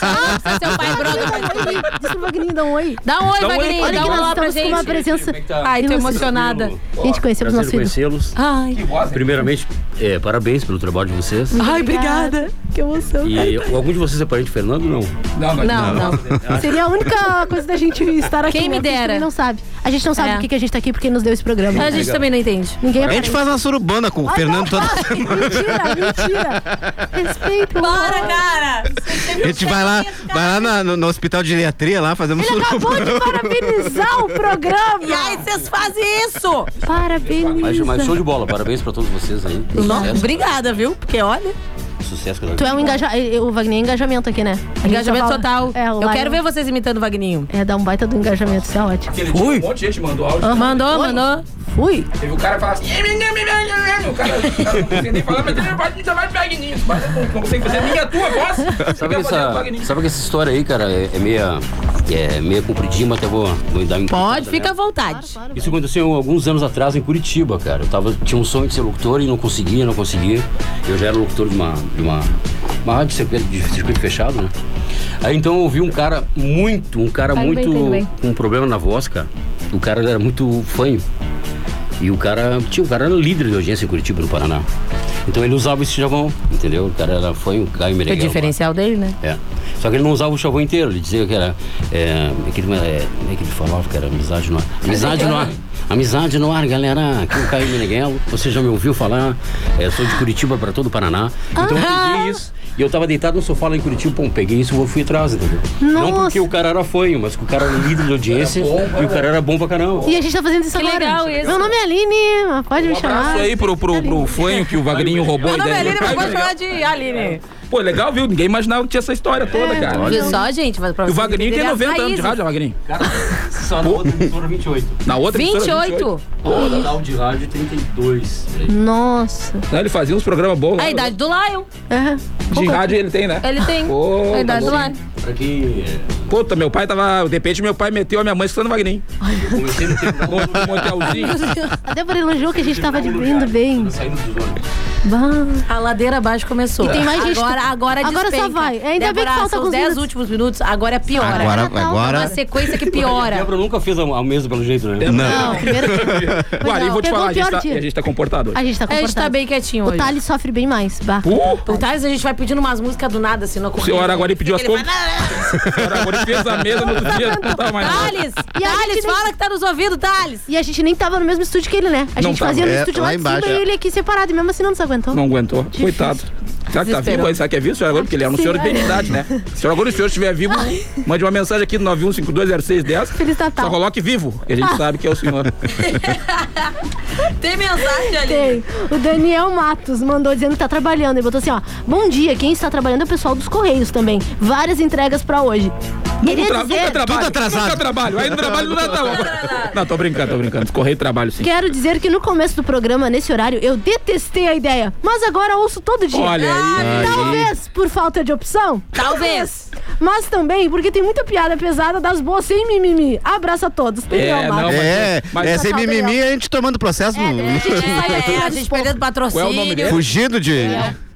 Speaker 5: Ah, Seu pai broca.
Speaker 6: Diz pro Magninho, dá um oi.
Speaker 5: Dá um oi,
Speaker 7: Dá um oi,
Speaker 5: Magrinho.
Speaker 7: Magrinho.
Speaker 5: Dá um
Speaker 6: Olha que
Speaker 5: olá
Speaker 6: nós
Speaker 5: pra
Speaker 6: estamos com
Speaker 5: gente.
Speaker 6: uma
Speaker 8: é
Speaker 6: presença
Speaker 8: tá?
Speaker 5: Ai, tô
Speaker 6: ilustre.
Speaker 5: emocionada.
Speaker 6: A gente conheceu o nosso
Speaker 1: Prazer
Speaker 6: filho.
Speaker 1: conhecê-los.
Speaker 5: Ai.
Speaker 1: Primeiramente, é, parabéns pelo trabalho de vocês.
Speaker 5: Ai, obrigada.
Speaker 6: Que emoção.
Speaker 1: E algum de vocês é parente de Fernando? Não.
Speaker 6: nós Não, não. Seria a única coisa da gente estar aqui.
Speaker 5: Quem me
Speaker 6: né? Porque A gente
Speaker 5: dera.
Speaker 6: também não sabe. A gente não sabe
Speaker 5: É.
Speaker 6: por que que a gente tá aqui, porque nos deu esse programa.
Speaker 5: A gente também não entende.
Speaker 6: Ninguém
Speaker 8: A gente
Speaker 6: aparece.
Speaker 8: faz uma surubana com o
Speaker 6: Ai,
Speaker 8: Fernando toda semana.
Speaker 6: Mentira, mentira. Respeito.
Speaker 5: Para, cara.
Speaker 8: A gente vai lá, vai lá na- no, no hospital de geriatria lá, fazemos
Speaker 5: Ele acabou de
Speaker 6: parabenizar o programa.
Speaker 5: E aí, vocês fazem isso.
Speaker 1: Mas,
Speaker 6: Parabéns.
Speaker 1: mas show de bola, parabéns pra todos vocês aí.
Speaker 5: Não, Obrigada, viu? Porque olha.
Speaker 1: Sucesso que
Speaker 6: Tu é um
Speaker 5: eh,
Speaker 6: engajamento. O Wagner é engajamento aqui, né? A gente
Speaker 5: Engajamento
Speaker 6: só fala-
Speaker 5: total.
Speaker 6: É, o
Speaker 5: Eu
Speaker 6: Lion-
Speaker 5: quero ver vocês imitando o Vagninho.
Speaker 6: É, dá um baita do engajamento, isso é ótimo.
Speaker 7: Aquele dia, um monte de gente mandou áudio.
Speaker 5: Ah, Mandou, mandou.
Speaker 6: Fui.
Speaker 7: Teve o cara falar assim. O cara, o cara não conseguia nem falar, mas ele pode chamar de Magninho. Mas eu não consigo fazer nem a tua voz.
Speaker 1: Sabe que, essa, sabe que essa história aí, cara, é, é meia, é meia compridinha, mas até vou, vou dar uma
Speaker 5: Pode,
Speaker 1: encurtada
Speaker 5: fica à
Speaker 1: nela.
Speaker 5: vontade.
Speaker 1: Isso aconteceu alguns anos atrás em Curitiba, cara. Eu tava, tinha um sonho de ser locutor e não conseguia, não conseguia. Eu já era locutor de uma, de uma, uma rádio de circuito, de circuito fechado, né? Aí então eu ouvi um cara muito, um cara
Speaker 9: Tá indo bem,
Speaker 1: muito.
Speaker 9: tá indo bem.
Speaker 1: com um problema na voz, cara. O cara era muito fanho. E o cara. Tinha, o cara era líder de audiência em Curitiba, no Paraná. Então ele usava esse chavão, entendeu? O cara era fanho, Caio
Speaker 5: O
Speaker 1: Meneghel.
Speaker 5: diferencial dele, né?
Speaker 1: É. Só que ele não usava o chavão inteiro, ele dizia que era. É, que ele, é, como é que ele falava que era amizade no ar? Amizade no ar. Amizade no ar, galera. Aqui é o Caio Meneghel, você já me ouviu falar. É, sou de Curitiba para todo o Paraná. Então eu peguei isso. E eu tava deitado no sofá lá em Curitiba, pô, peguei isso e fui atrás, entendeu? Não porque o cara era fanho, mas que o cara era líder de audiência e o cara era bom pra caramba.
Speaker 6: E a gente tá fazendo isso
Speaker 5: Que
Speaker 6: agora.
Speaker 5: legal isso.
Speaker 6: Meu nome é Aline, pode
Speaker 1: Um
Speaker 6: me chamar.
Speaker 7: Isso aí pro, pro,
Speaker 5: Ah,
Speaker 7: pro fanho que o Vagninho roubou a
Speaker 5: Meu nome é
Speaker 7: ideia. É,
Speaker 5: Aline,
Speaker 7: do
Speaker 5: mas
Speaker 7: Caio
Speaker 5: pode
Speaker 7: Meneghel.
Speaker 5: chamar de Aline.
Speaker 7: Pô, legal, viu? Ninguém imaginava que tinha essa história
Speaker 5: É,
Speaker 7: toda, cara.
Speaker 5: Viu só, gente? Pra
Speaker 7: E o
Speaker 5: vocês
Speaker 7: Vagninho tem
Speaker 5: entenderem as
Speaker 7: 90 anos de
Speaker 5: raízes.
Speaker 7: rádio, Vagninho.
Speaker 1: Cara, só na outra emissora 28.
Speaker 7: Na outra emissora,
Speaker 5: 28.
Speaker 1: Pô, na Down de Rádio 32.
Speaker 6: Nossa. É.
Speaker 7: Não, Né, ele fazia uns programas bons. lá.
Speaker 5: A idade É. do Lion.
Speaker 7: De rádio ele tem, né?
Speaker 5: Ele tem.
Speaker 7: Pô,
Speaker 5: a idade
Speaker 7: tá
Speaker 5: do
Speaker 7: bom.
Speaker 5: Lion.
Speaker 7: Puta, meu pai tava. De repente, meu pai meteu a minha mãe escutando Wagner.
Speaker 1: Comecei no terminal
Speaker 7: no motelzinho.
Speaker 6: A Débora elogiou que a gente tava
Speaker 1: Tá
Speaker 6: de- indo bem.
Speaker 5: A ladeira abaixo começou.
Speaker 6: E tem mais gente
Speaker 5: Agora,
Speaker 6: que-
Speaker 5: agora,
Speaker 6: Agora só
Speaker 5: despenca.
Speaker 6: vai. Ainda bem que
Speaker 5: Débora,
Speaker 6: falta
Speaker 5: são
Speaker 6: alguns
Speaker 5: os 10
Speaker 6: minutos.
Speaker 5: últimos minutos, agora é piora.
Speaker 1: Agora- agora-
Speaker 5: É uma sequência que piora.
Speaker 1: Débora nunca fez a, a mesa pelo jeito, né?
Speaker 6: Não, primeiro
Speaker 7: Guari,
Speaker 6: não.
Speaker 7: vou te
Speaker 6: Pegou
Speaker 7: falar, a
Speaker 6: o pior
Speaker 7: gente, tá,
Speaker 6: dia.
Speaker 7: a gente tá comportado hoje.
Speaker 6: A gente tá
Speaker 5: A
Speaker 6: comportado.
Speaker 5: gente tá bem quietinho
Speaker 6: O
Speaker 5: hoje.
Speaker 6: Thales sofre bem mais. Bah.
Speaker 5: O Thales, a gente vai pedindo umas músicas do nada, assim, na
Speaker 7: O
Speaker 5: corrida.
Speaker 7: senhor Araguari pediu as
Speaker 5: Ele vai-
Speaker 7: contas. O senhor Araguari fez a mesa no
Speaker 5: Tá
Speaker 7: outro dia. Não tava é mais. nada.
Speaker 5: Thales! Thales, fala que tá nos ouvindo, Thales!
Speaker 6: E a gente nem tava no mesmo estúdio que ele, né? A
Speaker 7: Não
Speaker 6: gente
Speaker 7: tava.
Speaker 6: fazia no
Speaker 7: É,
Speaker 6: estúdio
Speaker 7: lá
Speaker 6: lá, de
Speaker 7: embaixo,
Speaker 6: cima
Speaker 7: é.
Speaker 6: e ele aqui separado. E mesmo assim não nos aguentou.
Speaker 7: Não aguentou. Coitado. Será que tá vivo aí? Será que é vivo, senhor Araguari? Porque ele é um
Speaker 6: Sim,
Speaker 7: senhor de
Speaker 6: é.
Speaker 7: identidade, né? Se o senhor estiver vivo, mande uma mensagem aqui um no 91520610.
Speaker 6: Feliz Natal.
Speaker 7: Só coloque vivo, que a
Speaker 6: Ah.
Speaker 7: gente sabe que é o senhor.
Speaker 5: Tem mensagem ali?
Speaker 6: Tem. O Daniel Matos mandou dizendo que tá trabalhando. Ele botou assim, ó. Bom dia, quem está trabalhando é o pessoal dos Correios também. Várias entregas pra hoje.
Speaker 7: Nunca, tra
Speaker 6: dizer-
Speaker 7: nunca trabalho.
Speaker 6: Tudo atrasado.
Speaker 7: Nunca trabalho. Aí no trabalho do Natal. Agora. Não, tô brincando, tô brincando. Escorrei trabalho, sim.
Speaker 6: Quero dizer que no começo do programa, nesse horário, eu detestei a ideia, mas agora ouço todo dia. Ah,
Speaker 7: Olha aí.
Speaker 6: Talvez por falta de opção.
Speaker 5: Talvez.
Speaker 6: Mas também porque tem muita piada pesada das boas sem mimimi. Abraço a todos. Daniel Matos.
Speaker 8: é, é sem mimimi a gente tomando processo. no-
Speaker 5: É, a gente perdendo patrocínio.
Speaker 8: Fugindo de.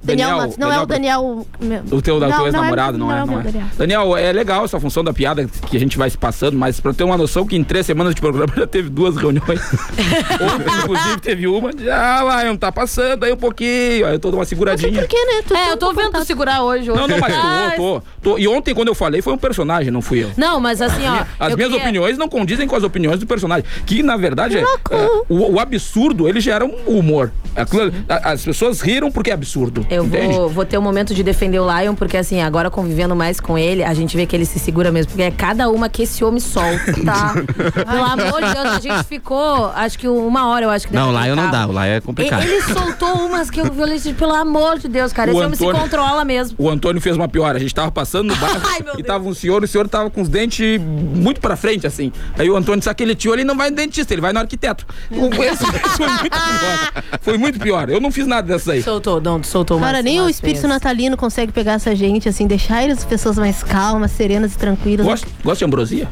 Speaker 6: Daniel, Matos. Não é o Daniel... meu-
Speaker 7: O teu, da
Speaker 6: Não,
Speaker 7: tua
Speaker 6: não é-
Speaker 7: ex-namorado, não, é?
Speaker 6: meu
Speaker 7: Não é.
Speaker 6: Daniel.
Speaker 7: Daniel, é legal essa função da piada que a gente vai se passando, mas pra ter uma noção que em três semanas de programa já teve duas reuniões. Ontem, inclusive, teve uma. de, Ah, lá, não tá passando, aí um pouquinho, aí eu tô dando uma seguradinha.
Speaker 6: Por que, né?
Speaker 5: é, eu tô vendo tu segurar hoje. hoje.
Speaker 7: Não, não, mas
Speaker 5: Ah,
Speaker 7: tô, tô, tô. E ontem, quando eu falei, foi um personagem, não fui eu.
Speaker 5: Não, mas assim, ó.
Speaker 7: As
Speaker 5: eu
Speaker 7: minhas
Speaker 5: queria-
Speaker 7: opiniões não condizem com as opiniões do personagem. Que, na verdade, é, é, o, o absurdo, ele gera um humor. Aquilo- a- as pessoas riram porque é absurdo.
Speaker 5: Eu
Speaker 7: entende?
Speaker 5: vou, vou ter um momento de defender o Lion, porque assim, agora convivendo mais com ele, a gente vê que ele se segura mesmo, porque é cada uma que esse homem solta, tá? Pelo amor de Deus, a gente ficou, acho que uma hora, eu acho que
Speaker 8: Não,
Speaker 5: dentro do
Speaker 8: lá eu não
Speaker 5: carro.
Speaker 8: dá, lá é
Speaker 5: E-
Speaker 8: complicado.
Speaker 5: Ele soltou umas que eu falei, gente, pelo amor de Deus, cara,
Speaker 7: O
Speaker 5: esse homem se
Speaker 7: Antônio-
Speaker 5: controla mesmo.
Speaker 7: O Antônio fez uma pior. A gente tava passando no bar e tava um senhor, o senhor tava com os dentes muito pra frente, assim. Aí o Antônio disse aquele tio, ele não vai no dentista, ele vai no arquiteto. O- esse foi muito pior. Foi muito pior. Eu não fiz nada dessas aí.
Speaker 5: Soltou, não, soltou
Speaker 6: Cara, nem o espírito natalino consegue pegar essa gente, assim, deixar eles- as pessoas mais calmas, serenas e tranquilas.
Speaker 7: Gosta, gosta de ambrosia?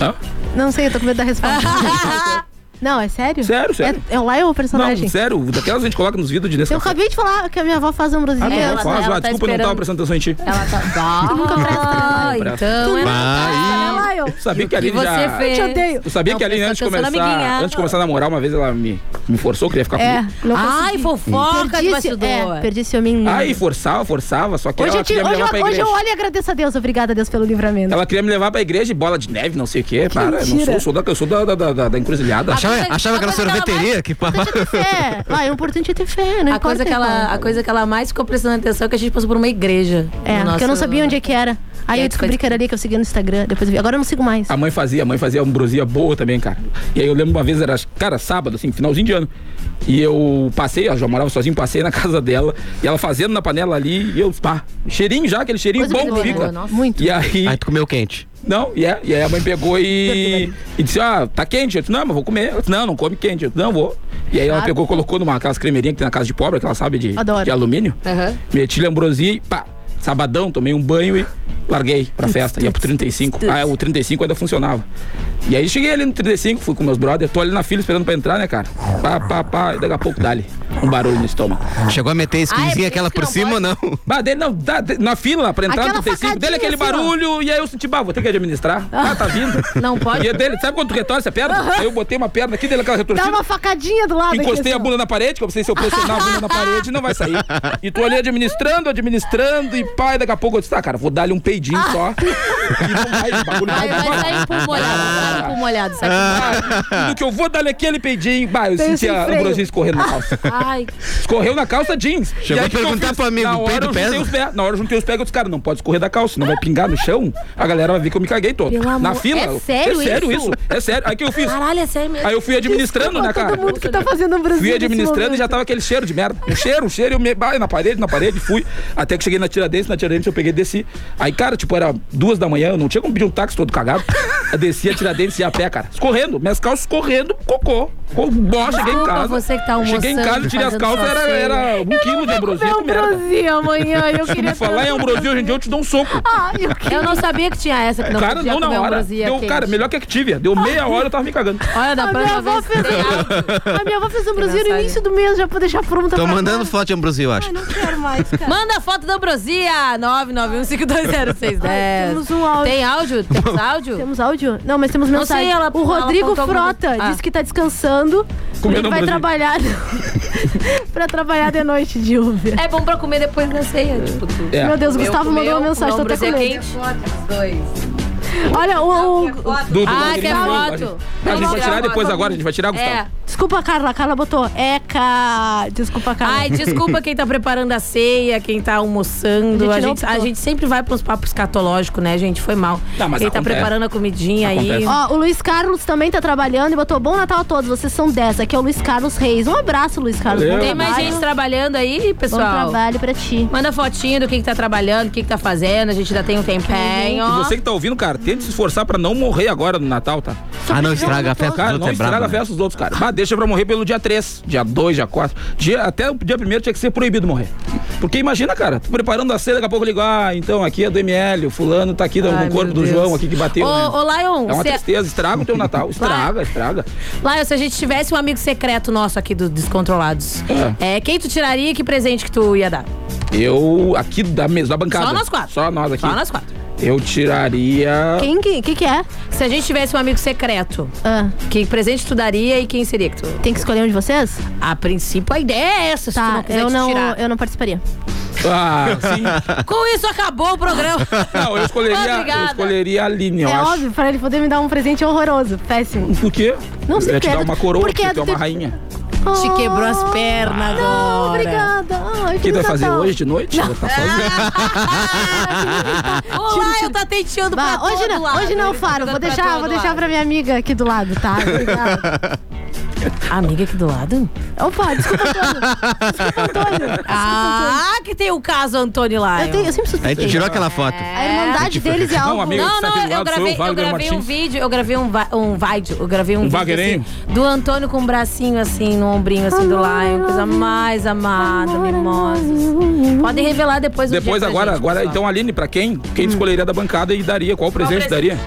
Speaker 7: Hã?
Speaker 6: Não sei, eu tô com medo da resposta. Não, é sério?
Speaker 7: Sério, sério.
Speaker 6: É, um é o Lion ou o personagem?
Speaker 7: Não, sério, daquelas a gente coloca nos vidros de
Speaker 6: Eu
Speaker 7: Nescafé.
Speaker 6: acabei de falar que a minha avó faz ambrosia.
Speaker 7: Ah, não,
Speaker 6: Ela-
Speaker 7: faz
Speaker 6: ela
Speaker 7: lá.
Speaker 6: tá
Speaker 7: Desculpa, eu não tava
Speaker 6: esperando.
Speaker 7: prestando atenção em ti.
Speaker 5: Ela tá.
Speaker 6: Tu nunca presta.
Speaker 5: então
Speaker 7: Tu
Speaker 5: é
Speaker 7: vai.
Speaker 6: Lion.
Speaker 7: Eu sabia que
Speaker 6: E
Speaker 7: a
Speaker 6: o que
Speaker 7: Aline
Speaker 6: você
Speaker 7: já.
Speaker 6: fez? Eu te odeio.
Speaker 7: Eu sabia
Speaker 6: Não,
Speaker 7: que a Aline,
Speaker 6: presta
Speaker 7: antes de,
Speaker 6: atenção na
Speaker 7: começar,
Speaker 6: amiguinha.
Speaker 7: antes de começar a namorar, uma vez ela me, me forçou, queria ficar
Speaker 6: É,
Speaker 7: comigo.
Speaker 6: não
Speaker 5: Ai,
Speaker 6: consegui.
Speaker 5: fofoca do
Speaker 6: perdi esse,
Speaker 5: bastidor.
Speaker 6: É, perdi esse homem. lindo.
Speaker 7: Aí forçava, forçava, só que
Speaker 6: Hoje,
Speaker 7: ela
Speaker 6: eu, te-
Speaker 7: queria me
Speaker 6: hoje,
Speaker 7: levar pra
Speaker 6: eu, hoje eu
Speaker 7: igreja.
Speaker 6: olho e agradeço a Deus. Obrigada a Deus pelo livramento.
Speaker 7: Ela queria me levar pra igreja de bola de neve, não sei o quê. Para, eu não
Speaker 6: mentira.
Speaker 7: sou,
Speaker 6: Ah.
Speaker 7: sou da, eu sou da, da, da, da- da encruzilhada.
Speaker 8: Achava, achava aquela sorveteria que passa.
Speaker 6: É, vai, o importante é ter fé, né?
Speaker 5: A coisa, que ela, a coisa que ela mais ficou prestando atenção é que a gente passou por uma igreja.
Speaker 6: É,
Speaker 5: no
Speaker 6: porque eu não
Speaker 5: nosso-
Speaker 6: sabia onde é que era. Aí eu descobri que era ali que eu segui no Instagram. Depois eu vi. Agora eu não sigo mais.
Speaker 7: A mãe fazia, a mãe fazia ambrosia boa também, cara. E aí eu lembro uma vez, era, cara, sábado, assim, finalzinho de ano. E eu passei, eu já morava sozinho, passei na casa dela, e ela fazendo na panela ali, e eu, pá, cheirinho já, aquele cheirinho
Speaker 6: Coisa
Speaker 7: bom
Speaker 6: boa,
Speaker 7: que fica.
Speaker 6: né? Nossa. Muito.
Speaker 7: E aí. Aí
Speaker 8: tu comeu quente.
Speaker 7: Não, e, é, e aí a mãe pegou e, e disse: Ah, tá quente. Eu disse: Não, mas vou comer. Eu disse, não, não come quente. Eu disse: Não, vou. E aí ela
Speaker 6: Claro.
Speaker 7: pegou, colocou numa aquelas cremeirinhas que tem na casa de pobre, aquela sabe de,
Speaker 6: Adoro. É.
Speaker 7: de alumínio. Meti lambrosia e pá, sabadão, tomei um banho e larguei pra festa. Ia pro 35. Ah, o 35 ainda funcionava. E aí cheguei ali no 35, fui com meus brothers, tô ali na fila esperando pra entrar, né, cara? Pá, pá, pá, e daqui a pouco dali. Um barulho no estômago.
Speaker 8: Chegou a meter a skinzinha aquela Ah, é por cima ou não?
Speaker 7: Bah, dele não, dá- de- na fila pra entrar
Speaker 8: Aquela
Speaker 7: no 35, dele aquele
Speaker 8: facadinha assim, ó.
Speaker 7: barulho, e aí eu senti, bah, vou ter que administrar. Ah, tá vindo.
Speaker 5: Não pode.
Speaker 7: E é dele, sabe quando tu retorce a perna?
Speaker 6: Aham.
Speaker 7: Aí eu botei uma perna aqui, dele aquela
Speaker 6: Dá
Speaker 7: retorcida.
Speaker 6: uma facadinha do lado.
Speaker 7: Encostei
Speaker 6: aqui,
Speaker 7: a
Speaker 6: assim, ó.
Speaker 7: bunda na parede, que eu pensei, se eu pressionar a bunda na parede, não vai sair. E tô ali administrando, administrando, e pai, daqui a pouco eu disse, tá, cara, vou dar-lhe um peidinho só. E não vai, o bagulho vai.
Speaker 5: Ah. Aí vai sair pulmolhado, molhado, sai pulmolhado, molhado, sai
Speaker 7: Ah, no que eu vou dar-lhe aquele peidinho, bah, eu
Speaker 5: Tem
Speaker 7: senti
Speaker 5: sem
Speaker 7: a
Speaker 5: freio.
Speaker 7: ambrosia escorrendo na calça.
Speaker 5: pulmolhado. Ai,
Speaker 7: Escorreu na calça jeans.
Speaker 8: Chegou
Speaker 7: E aí,
Speaker 8: a
Speaker 7: o que que eu
Speaker 8: perguntar
Speaker 7: fiz?
Speaker 8: pro amigo,
Speaker 7: na hora,
Speaker 8: peido
Speaker 7: eu juntei
Speaker 8: pesa?
Speaker 7: os pés. Na hora eu juntei os pés, eu disse, cara, não pode escorrer da calça, não vai pingar no chão. A galera vai ver que eu me caguei todo.
Speaker 5: Pelo
Speaker 7: na
Speaker 5: amor-
Speaker 7: fila.
Speaker 5: é sério
Speaker 7: É sério
Speaker 5: isso?
Speaker 7: isso? É sério. Aí o que eu fiz?
Speaker 5: Caralho, é sério mesmo.
Speaker 7: Aí eu fui administrando, né, cara?
Speaker 6: Todo mundo que tá fazendo Brasil.
Speaker 7: Fui
Speaker 6: nesse
Speaker 7: administrando e
Speaker 6: momento.
Speaker 7: já tava aquele cheiro de merda. Um cheiro, um cheiro, eu me bah, na parede, na parede, fui. Até que cheguei na Tiradentes, na Tiradentes eu peguei e desci. Aí, cara, tipo, era duas da manhã, eu não tinha como pedir um táxi todo cagado. Eu desci a Tiradentes e ia a pé, cara. Escorrendo, minhas calças escorrendo, cocô. Com Bó, cheguei em
Speaker 5: Desculpa
Speaker 7: casa.
Speaker 5: você que tá almoçando,
Speaker 7: cheguei em casa, tirei as
Speaker 5: fazendo
Speaker 7: calças, era,
Speaker 5: passeio.
Speaker 7: era um quilo de ambrosia com merda.
Speaker 6: assim
Speaker 5: ambrosia amanhã, eu
Speaker 7: Se
Speaker 5: queria
Speaker 7: me falar em ambrosia hoje em dia, eu te dou um soco.
Speaker 5: eu não sabia que tinha essa que não
Speaker 7: cara,
Speaker 5: podia
Speaker 7: não na
Speaker 5: comer
Speaker 7: hora.
Speaker 5: ambrosia
Speaker 7: Deu,
Speaker 5: quente. Ah,
Speaker 7: cara, melhor que Activia. Deu meia hora, eu tava me cagando.
Speaker 5: Olha, da
Speaker 6: A minha
Speaker 5: próxima
Speaker 6: avó
Speaker 5: vez.
Speaker 6: fez. A minha avó fez ambrosia um no
Speaker 5: mensagem.
Speaker 6: início do mês, já pra deixar pronta.
Speaker 8: Tô
Speaker 6: pra-
Speaker 8: mandando foto de ambrosia, eu acho.
Speaker 5: Manda foto da ambrosia, 991520610.
Speaker 6: Ai, temos um áudio.
Speaker 5: Tem áudio? Temos áudio?
Speaker 6: Temos áudio? Não, mas temos
Speaker 5: Não
Speaker 6: mensagem.
Speaker 5: sei, ela-
Speaker 6: o
Speaker 5: ela
Speaker 6: Rodrigo
Speaker 5: apontou alguma
Speaker 6: Frota
Speaker 5: coisa. Ah.
Speaker 6: disse que tá descansando.
Speaker 5: Comendo
Speaker 6: ele vai
Speaker 5: ambrosia.
Speaker 6: trabalhar. pra trabalhar de noite, Dilvia.
Speaker 5: É bom pra comer depois da ceia. Tipo, tu-
Speaker 6: É.
Speaker 8: É.
Speaker 6: Meu Deus, o Gustavo
Speaker 5: Comeu,
Speaker 6: mandou uma
Speaker 5: comeu
Speaker 6: mensagem, tô até
Speaker 5: ambrosia
Speaker 6: com medo.
Speaker 5: é quente.
Speaker 6: Olha,
Speaker 7: Do-
Speaker 6: o.
Speaker 7: do
Speaker 6: ah,
Speaker 7: Rodrigo.
Speaker 6: quer
Speaker 7: A
Speaker 6: foto.
Speaker 7: gente- A gente vai tirar depois agora, a gente vai tirar, Gustavo.
Speaker 6: É. Desculpa, Carla. A Carla botou. Eca. Desculpa, Carla.
Speaker 5: Ai, desculpa quem tá preparando a ceia, quem tá almoçando.
Speaker 6: A
Speaker 5: A
Speaker 6: gente não
Speaker 5: gente, a
Speaker 6: optou.
Speaker 5: gente sempre vai pros papos escatológicos, né, gente? Foi mal.
Speaker 6: Tá, mas
Speaker 5: quem tá
Speaker 6: acontece.
Speaker 5: preparando a comidinha aí.
Speaker 6: Ó, o Luiz Carlos também tá trabalhando e botou bom Natal a todos. Vocês são 10. Aqui é o Luiz Carlos Reis. Um abraço, Luiz Carlos. Bom
Speaker 5: Tem mais
Speaker 6: trabalho.
Speaker 5: gente trabalhando aí, pessoal?
Speaker 6: trabalho pra ti.
Speaker 5: Manda fotinho do que, que tá trabalhando, o que, que tá fazendo. A gente ainda tem um tempinho.
Speaker 7: E você que tá ouvindo, cara, tente se esforçar pra não morrer agora no Natal, tá?
Speaker 8: Ah, não estraga a festa dos
Speaker 7: Cara,
Speaker 8: outros,
Speaker 7: não
Speaker 8: é
Speaker 7: estraga
Speaker 5: né?
Speaker 8: brabo,
Speaker 7: a festa dos outros, cara. Bah, deixa pra morrer pelo dia 3, dia 2, dia 4. Dia, até o dia 1 tinha que ser proibido morrer. Porque imagina, cara, tu preparando a ceia, daqui a pouco ligar, ah, então aqui é do ML, o fulano tá aqui do
Speaker 5: Ai,
Speaker 7: no corpo
Speaker 5: meu
Speaker 7: do
Speaker 5: Deus.
Speaker 7: João aqui que bateu.
Speaker 5: Ô,
Speaker 7: né?
Speaker 5: ô, Lion,
Speaker 7: É uma
Speaker 5: cê-
Speaker 7: tristeza, estraga o teu Natal. Estraga, estraga.
Speaker 5: Laio, se a gente tivesse um amigo secreto nosso aqui do Descontrolados,
Speaker 7: Ah.
Speaker 5: é. quem tu tiraria e que presente que tu ia dar?
Speaker 7: Eu, aqui da mesa, da bancada.
Speaker 5: Só nós quatro.
Speaker 7: Só nós aqui.
Speaker 5: Só nós quatro.
Speaker 7: Eu tiraria.
Speaker 5: Quem que, que, é? Se a gente tivesse um amigo secreto, que presente tu daria e quem seria que tu?
Speaker 6: Ah, Tem que escolher um de vocês?
Speaker 5: A princípio a ideia é essa, se tu não quiser
Speaker 6: Tá, eu
Speaker 5: te
Speaker 6: não,
Speaker 5: tirar.
Speaker 6: eu não participaria.
Speaker 7: Ah, sim.
Speaker 5: Com isso acabou o programa.
Speaker 7: Não, eu escolheria, eu
Speaker 6: Obrigada.
Speaker 7: escolheria a Aline, eu
Speaker 6: é
Speaker 7: acho.
Speaker 6: óbvio, pra ele poder me dar um presente horroroso. Péssimo.
Speaker 7: Por quê?
Speaker 6: Não
Speaker 7: Eu
Speaker 6: sei
Speaker 7: ia te
Speaker 6: porque
Speaker 7: dar
Speaker 6: é do-
Speaker 7: uma coroa,
Speaker 6: porque
Speaker 7: porque
Speaker 6: é
Speaker 7: tu é
Speaker 6: do
Speaker 7: uma
Speaker 6: teu-
Speaker 7: rainha.
Speaker 5: Te quebrou as pernas agora.
Speaker 6: Não, Oh, obrigada. Ah, Ai,
Speaker 7: O que tu
Speaker 6: Feliz
Speaker 7: vai fazer
Speaker 6: Natal.
Speaker 7: hoje de noite? Vou tá
Speaker 6: Ah,
Speaker 7: sozinho.
Speaker 5: Olá, eu tá tenteando
Speaker 6: Bah,
Speaker 5: pra
Speaker 6: hoje
Speaker 5: todo
Speaker 6: não,
Speaker 5: lado.
Speaker 6: hoje não,
Speaker 5: Ele tá
Speaker 6: Faro. Vou
Speaker 5: tentando pra
Speaker 6: deixar,
Speaker 5: todo
Speaker 6: vou deixar
Speaker 5: lado.
Speaker 6: pra minha amiga aqui do lado, tá? Obrigada.
Speaker 5: Amiga aqui do lado?
Speaker 6: Opa, desculpa, Antônio. Desculpa, Antônio.
Speaker 5: Ah, que tem o caso Antônio lá.
Speaker 6: Eu tenho- eu sempre sou
Speaker 8: A gente tirou aquela foto.
Speaker 6: A irmandade deles é
Speaker 8: Não,
Speaker 6: algo...
Speaker 8: amigo,
Speaker 5: Não,
Speaker 8: Tá aqui
Speaker 5: não,
Speaker 8: do lado
Speaker 5: eu
Speaker 8: sou
Speaker 5: gravei,
Speaker 8: eu,
Speaker 5: eu
Speaker 8: Wagner
Speaker 5: gravei um
Speaker 8: Martins.
Speaker 5: vídeo, eu gravei um, va- um vídeo, eu gravei um,
Speaker 7: Um
Speaker 5: vídeo
Speaker 7: vagueirinho?
Speaker 5: assim, do Antônio com um bracinho assim, no ombrinho assim do Lion, coisa mais amada, mimosa. Podem revelar depois o
Speaker 7: Depois,
Speaker 5: dia pra
Speaker 7: agora,
Speaker 5: gente,
Speaker 7: agora
Speaker 5: pessoal.
Speaker 7: então, Aline, pra quem?
Speaker 6: Hum.
Speaker 7: Quem escolheria da bancada e daria? Qual presente daria?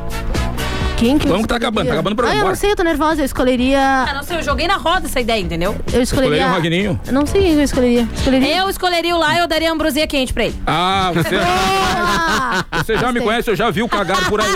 Speaker 6: Quem que
Speaker 7: Vamos que tá acabando, tá acabando o
Speaker 6: Ah,
Speaker 7: programa.
Speaker 6: eu não
Speaker 7: bora.
Speaker 6: sei, eu tô nervosa. Eu
Speaker 5: Ah,
Speaker 6: escolheria...
Speaker 5: não sei, eu joguei na roda essa ideia, entendeu?
Speaker 6: Eu
Speaker 7: Escolheria
Speaker 6: escolheria...
Speaker 7: um o Ragninho?
Speaker 6: Não sei quem eu escolheria. Escolheria...
Speaker 5: Eu escolheria o Lion, eu daria ambrosia quente pra ele.
Speaker 7: Ah, você. Você já me conhece, eu já vi o cagado por aí.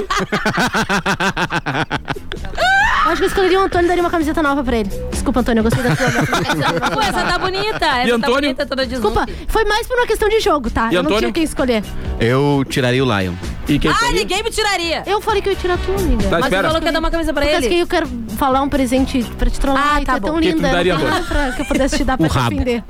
Speaker 6: Eu acho que eu escolheria o Antônio e daria uma camiseta nova pra ele. Desculpa, Antônio, eu gostei da sua.
Speaker 5: Pô, essa tá bonita, essa tá
Speaker 7: Antônio?
Speaker 5: bonita toda de
Speaker 6: Desculpa, foi mais por uma questão de jogo, tá?
Speaker 8: E
Speaker 6: eu não
Speaker 8: Antônio?
Speaker 6: tinha quem escolher.
Speaker 8: Eu tiraria o Lion.
Speaker 7: E quem
Speaker 5: Ah, ninguém me tiraria.
Speaker 6: Eu falei que eu ia tirar tua, amiga.
Speaker 8: Tá,
Speaker 6: Mas
Speaker 8: espera.
Speaker 6: você
Speaker 8: falou
Speaker 5: que ia dar uma camisa pra
Speaker 6: Lucas,
Speaker 5: ele.
Speaker 6: que eu quero falar um presente pra te trollar. Ah, tá bom. tão
Speaker 8: O que tu
Speaker 6: linda.
Speaker 8: daria,
Speaker 6: eu não tenho
Speaker 8: amor?
Speaker 6: nada pra, que eu pudesse te dar
Speaker 8: Um
Speaker 6: pra te
Speaker 8: rabo.
Speaker 6: ofender.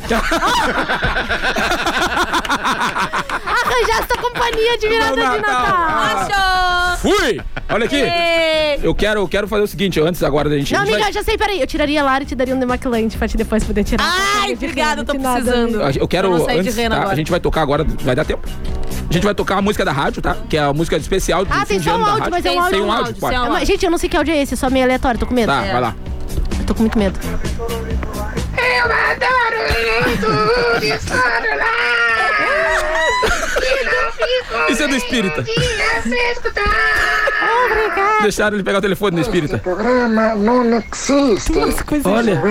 Speaker 6: Arranjar essa companhia de virada
Speaker 7: Meu
Speaker 6: de Natal.
Speaker 8: Ah,
Speaker 7: Fui! Olha aqui.
Speaker 6: Ei.
Speaker 7: Eu quero, eu quero fazer o seguinte, antes agora da gente.
Speaker 6: Não,
Speaker 7: a gente
Speaker 6: amiga,
Speaker 7: vai-
Speaker 6: eu já sei, peraí. Eu tiraria a Lara e te daria um demaquilante pra te depois poder tirar. Ai, obrigada, tô precisando.
Speaker 7: Eu quero. antes, tá? A gente vai tocar agora, vai dar tempo. A gente vai tocar a música da rádio, tá? Que é a música especial do
Speaker 6: Ah,
Speaker 7: fim
Speaker 6: tem
Speaker 7: de
Speaker 6: só
Speaker 7: ano
Speaker 6: um
Speaker 7: da
Speaker 6: áudio,
Speaker 7: rádio.
Speaker 6: mas é um áudio.
Speaker 7: Tem um áudio, pode.
Speaker 6: É uma- Gente, eu não sei que áudio é esse, é só meio aleatório, tô com medo.
Speaker 7: Tá, vai lá.
Speaker 6: Eu tô com muito medo.
Speaker 8: Tá
Speaker 18: Eu adoro tudo isso lá.
Speaker 7: Isso é do espírita.
Speaker 18: Obrigado.
Speaker 7: Deixaram ele pegar o telefone no espírita.
Speaker 18: Programa não existe.
Speaker 7: Olha.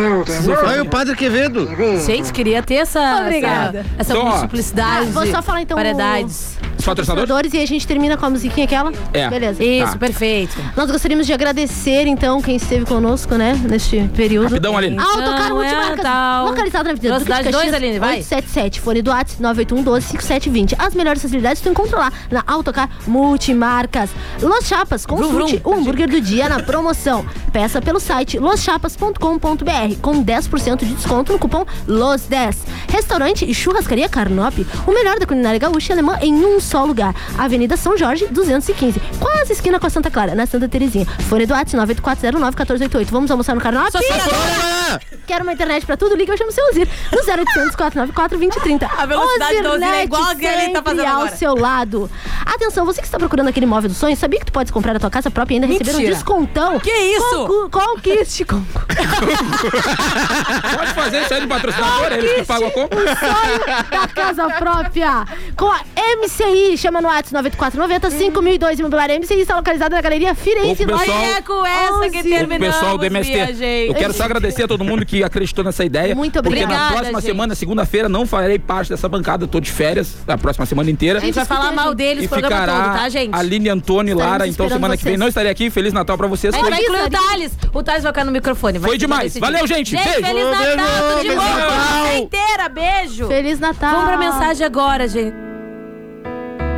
Speaker 8: Olha o padre Quevedo.
Speaker 5: Gente, queria ter essa.
Speaker 6: Obrigada.
Speaker 5: Essa, essa
Speaker 7: Então,
Speaker 8: Só.
Speaker 5: multiplicidade.
Speaker 6: Ah, vou
Speaker 5: de
Speaker 6: só falar, então, o- então.
Speaker 5: Variedades.
Speaker 7: Os patrocinadores?
Speaker 6: e a gente termina com a musiquinha aquela?
Speaker 7: É.
Speaker 6: Beleza.
Speaker 7: Isso, Tá.
Speaker 5: perfeito.
Speaker 6: Nós gostaríamos de agradecer, então, quem esteve conosco, né, neste período. Ah,
Speaker 7: Rapidão, Aline.
Speaker 6: Autocar
Speaker 5: Não
Speaker 6: Multimarcas,
Speaker 5: é tal.
Speaker 6: localizado na Avenida
Speaker 5: Velocidade
Speaker 6: Duque de
Speaker 5: dois,
Speaker 6: Caxias,
Speaker 5: Aline, vai.
Speaker 6: 877, fone do WhatsApp 981 12 5720. As melhores facilidades tu encontra lá na Autocar Multimarcas. Los Chapas, consulte
Speaker 5: Vrum, vrum.
Speaker 6: o hambúrguer do dia na promoção. Peça pelo site loschapas.com.br com 10% de desconto no cupom LOS10. Restaurante e churrascaria Carnop, o melhor da culinária gaúcha e alemã em um só lugar. Avenida São Jorge, 215, quase esquina com a Santa Clara, na Santa Terezinha. Fone do WhatsApp 984091488. Vamos almoçar no Carnop? Quero uma internet pra tudo, liga, eu chamo o seu Ozir. No 0800 494 2030.
Speaker 5: A velocidade do Ozir é
Speaker 6: Ozirnet
Speaker 5: igual a que ele tá
Speaker 6: sempre
Speaker 5: fazendo
Speaker 6: ao
Speaker 5: agora.
Speaker 6: seu lado. Atenção, você que está procurando aquele imóvel do sonho, sabia que tu pode comprar a tua casa própria e ainda receber um
Speaker 5: Mentira.
Speaker 6: descontão? Que
Speaker 5: isso?
Speaker 6: conquiste com
Speaker 7: Pode fazer isso aí de patrocinador, eles que pagam a
Speaker 6: o
Speaker 7: compra.
Speaker 6: sonho da casa própria. Com a MCI, chama no WhatsApp 9490 5002 Imobiliária MCI, está localizada na Galeria Firenze.
Speaker 7: Ô, pessoal.
Speaker 5: É com essa que
Speaker 7: O pessoal do MST. Eu quero só agradecer a todo mundo que acreditou nessa ideia.
Speaker 6: Muito
Speaker 7: Porque na
Speaker 5: obrigada,
Speaker 7: próxima
Speaker 5: gente.
Speaker 7: semana, segunda-feira, não farei parte dessa bancada. Eu tô de férias a próxima semana inteira.
Speaker 5: A gente vai falar mal deles
Speaker 7: E
Speaker 5: o programa
Speaker 7: ficará
Speaker 5: todo, tá, gente?
Speaker 7: Aline, Antônio e Lara.
Speaker 5: Estaremos
Speaker 7: Então,
Speaker 5: esperando
Speaker 7: semana que vem
Speaker 5: vocês.
Speaker 7: não estarei aqui. Feliz Natal pra vocês.
Speaker 5: A gente vai incluir o Thales. O Thales vai ficar no microfone. vai
Speaker 7: Foi
Speaker 5: ser
Speaker 7: demais.
Speaker 5: decidido.
Speaker 7: Valeu, gente. Beijo.
Speaker 5: Feliz
Speaker 7: Beijo,
Speaker 5: Natal. Tudo de
Speaker 7: feliz
Speaker 5: bom.
Speaker 7: Natal.
Speaker 5: Inteira. Beijo.
Speaker 6: Feliz Natal.
Speaker 5: Vamos pra mensagem agora, gente.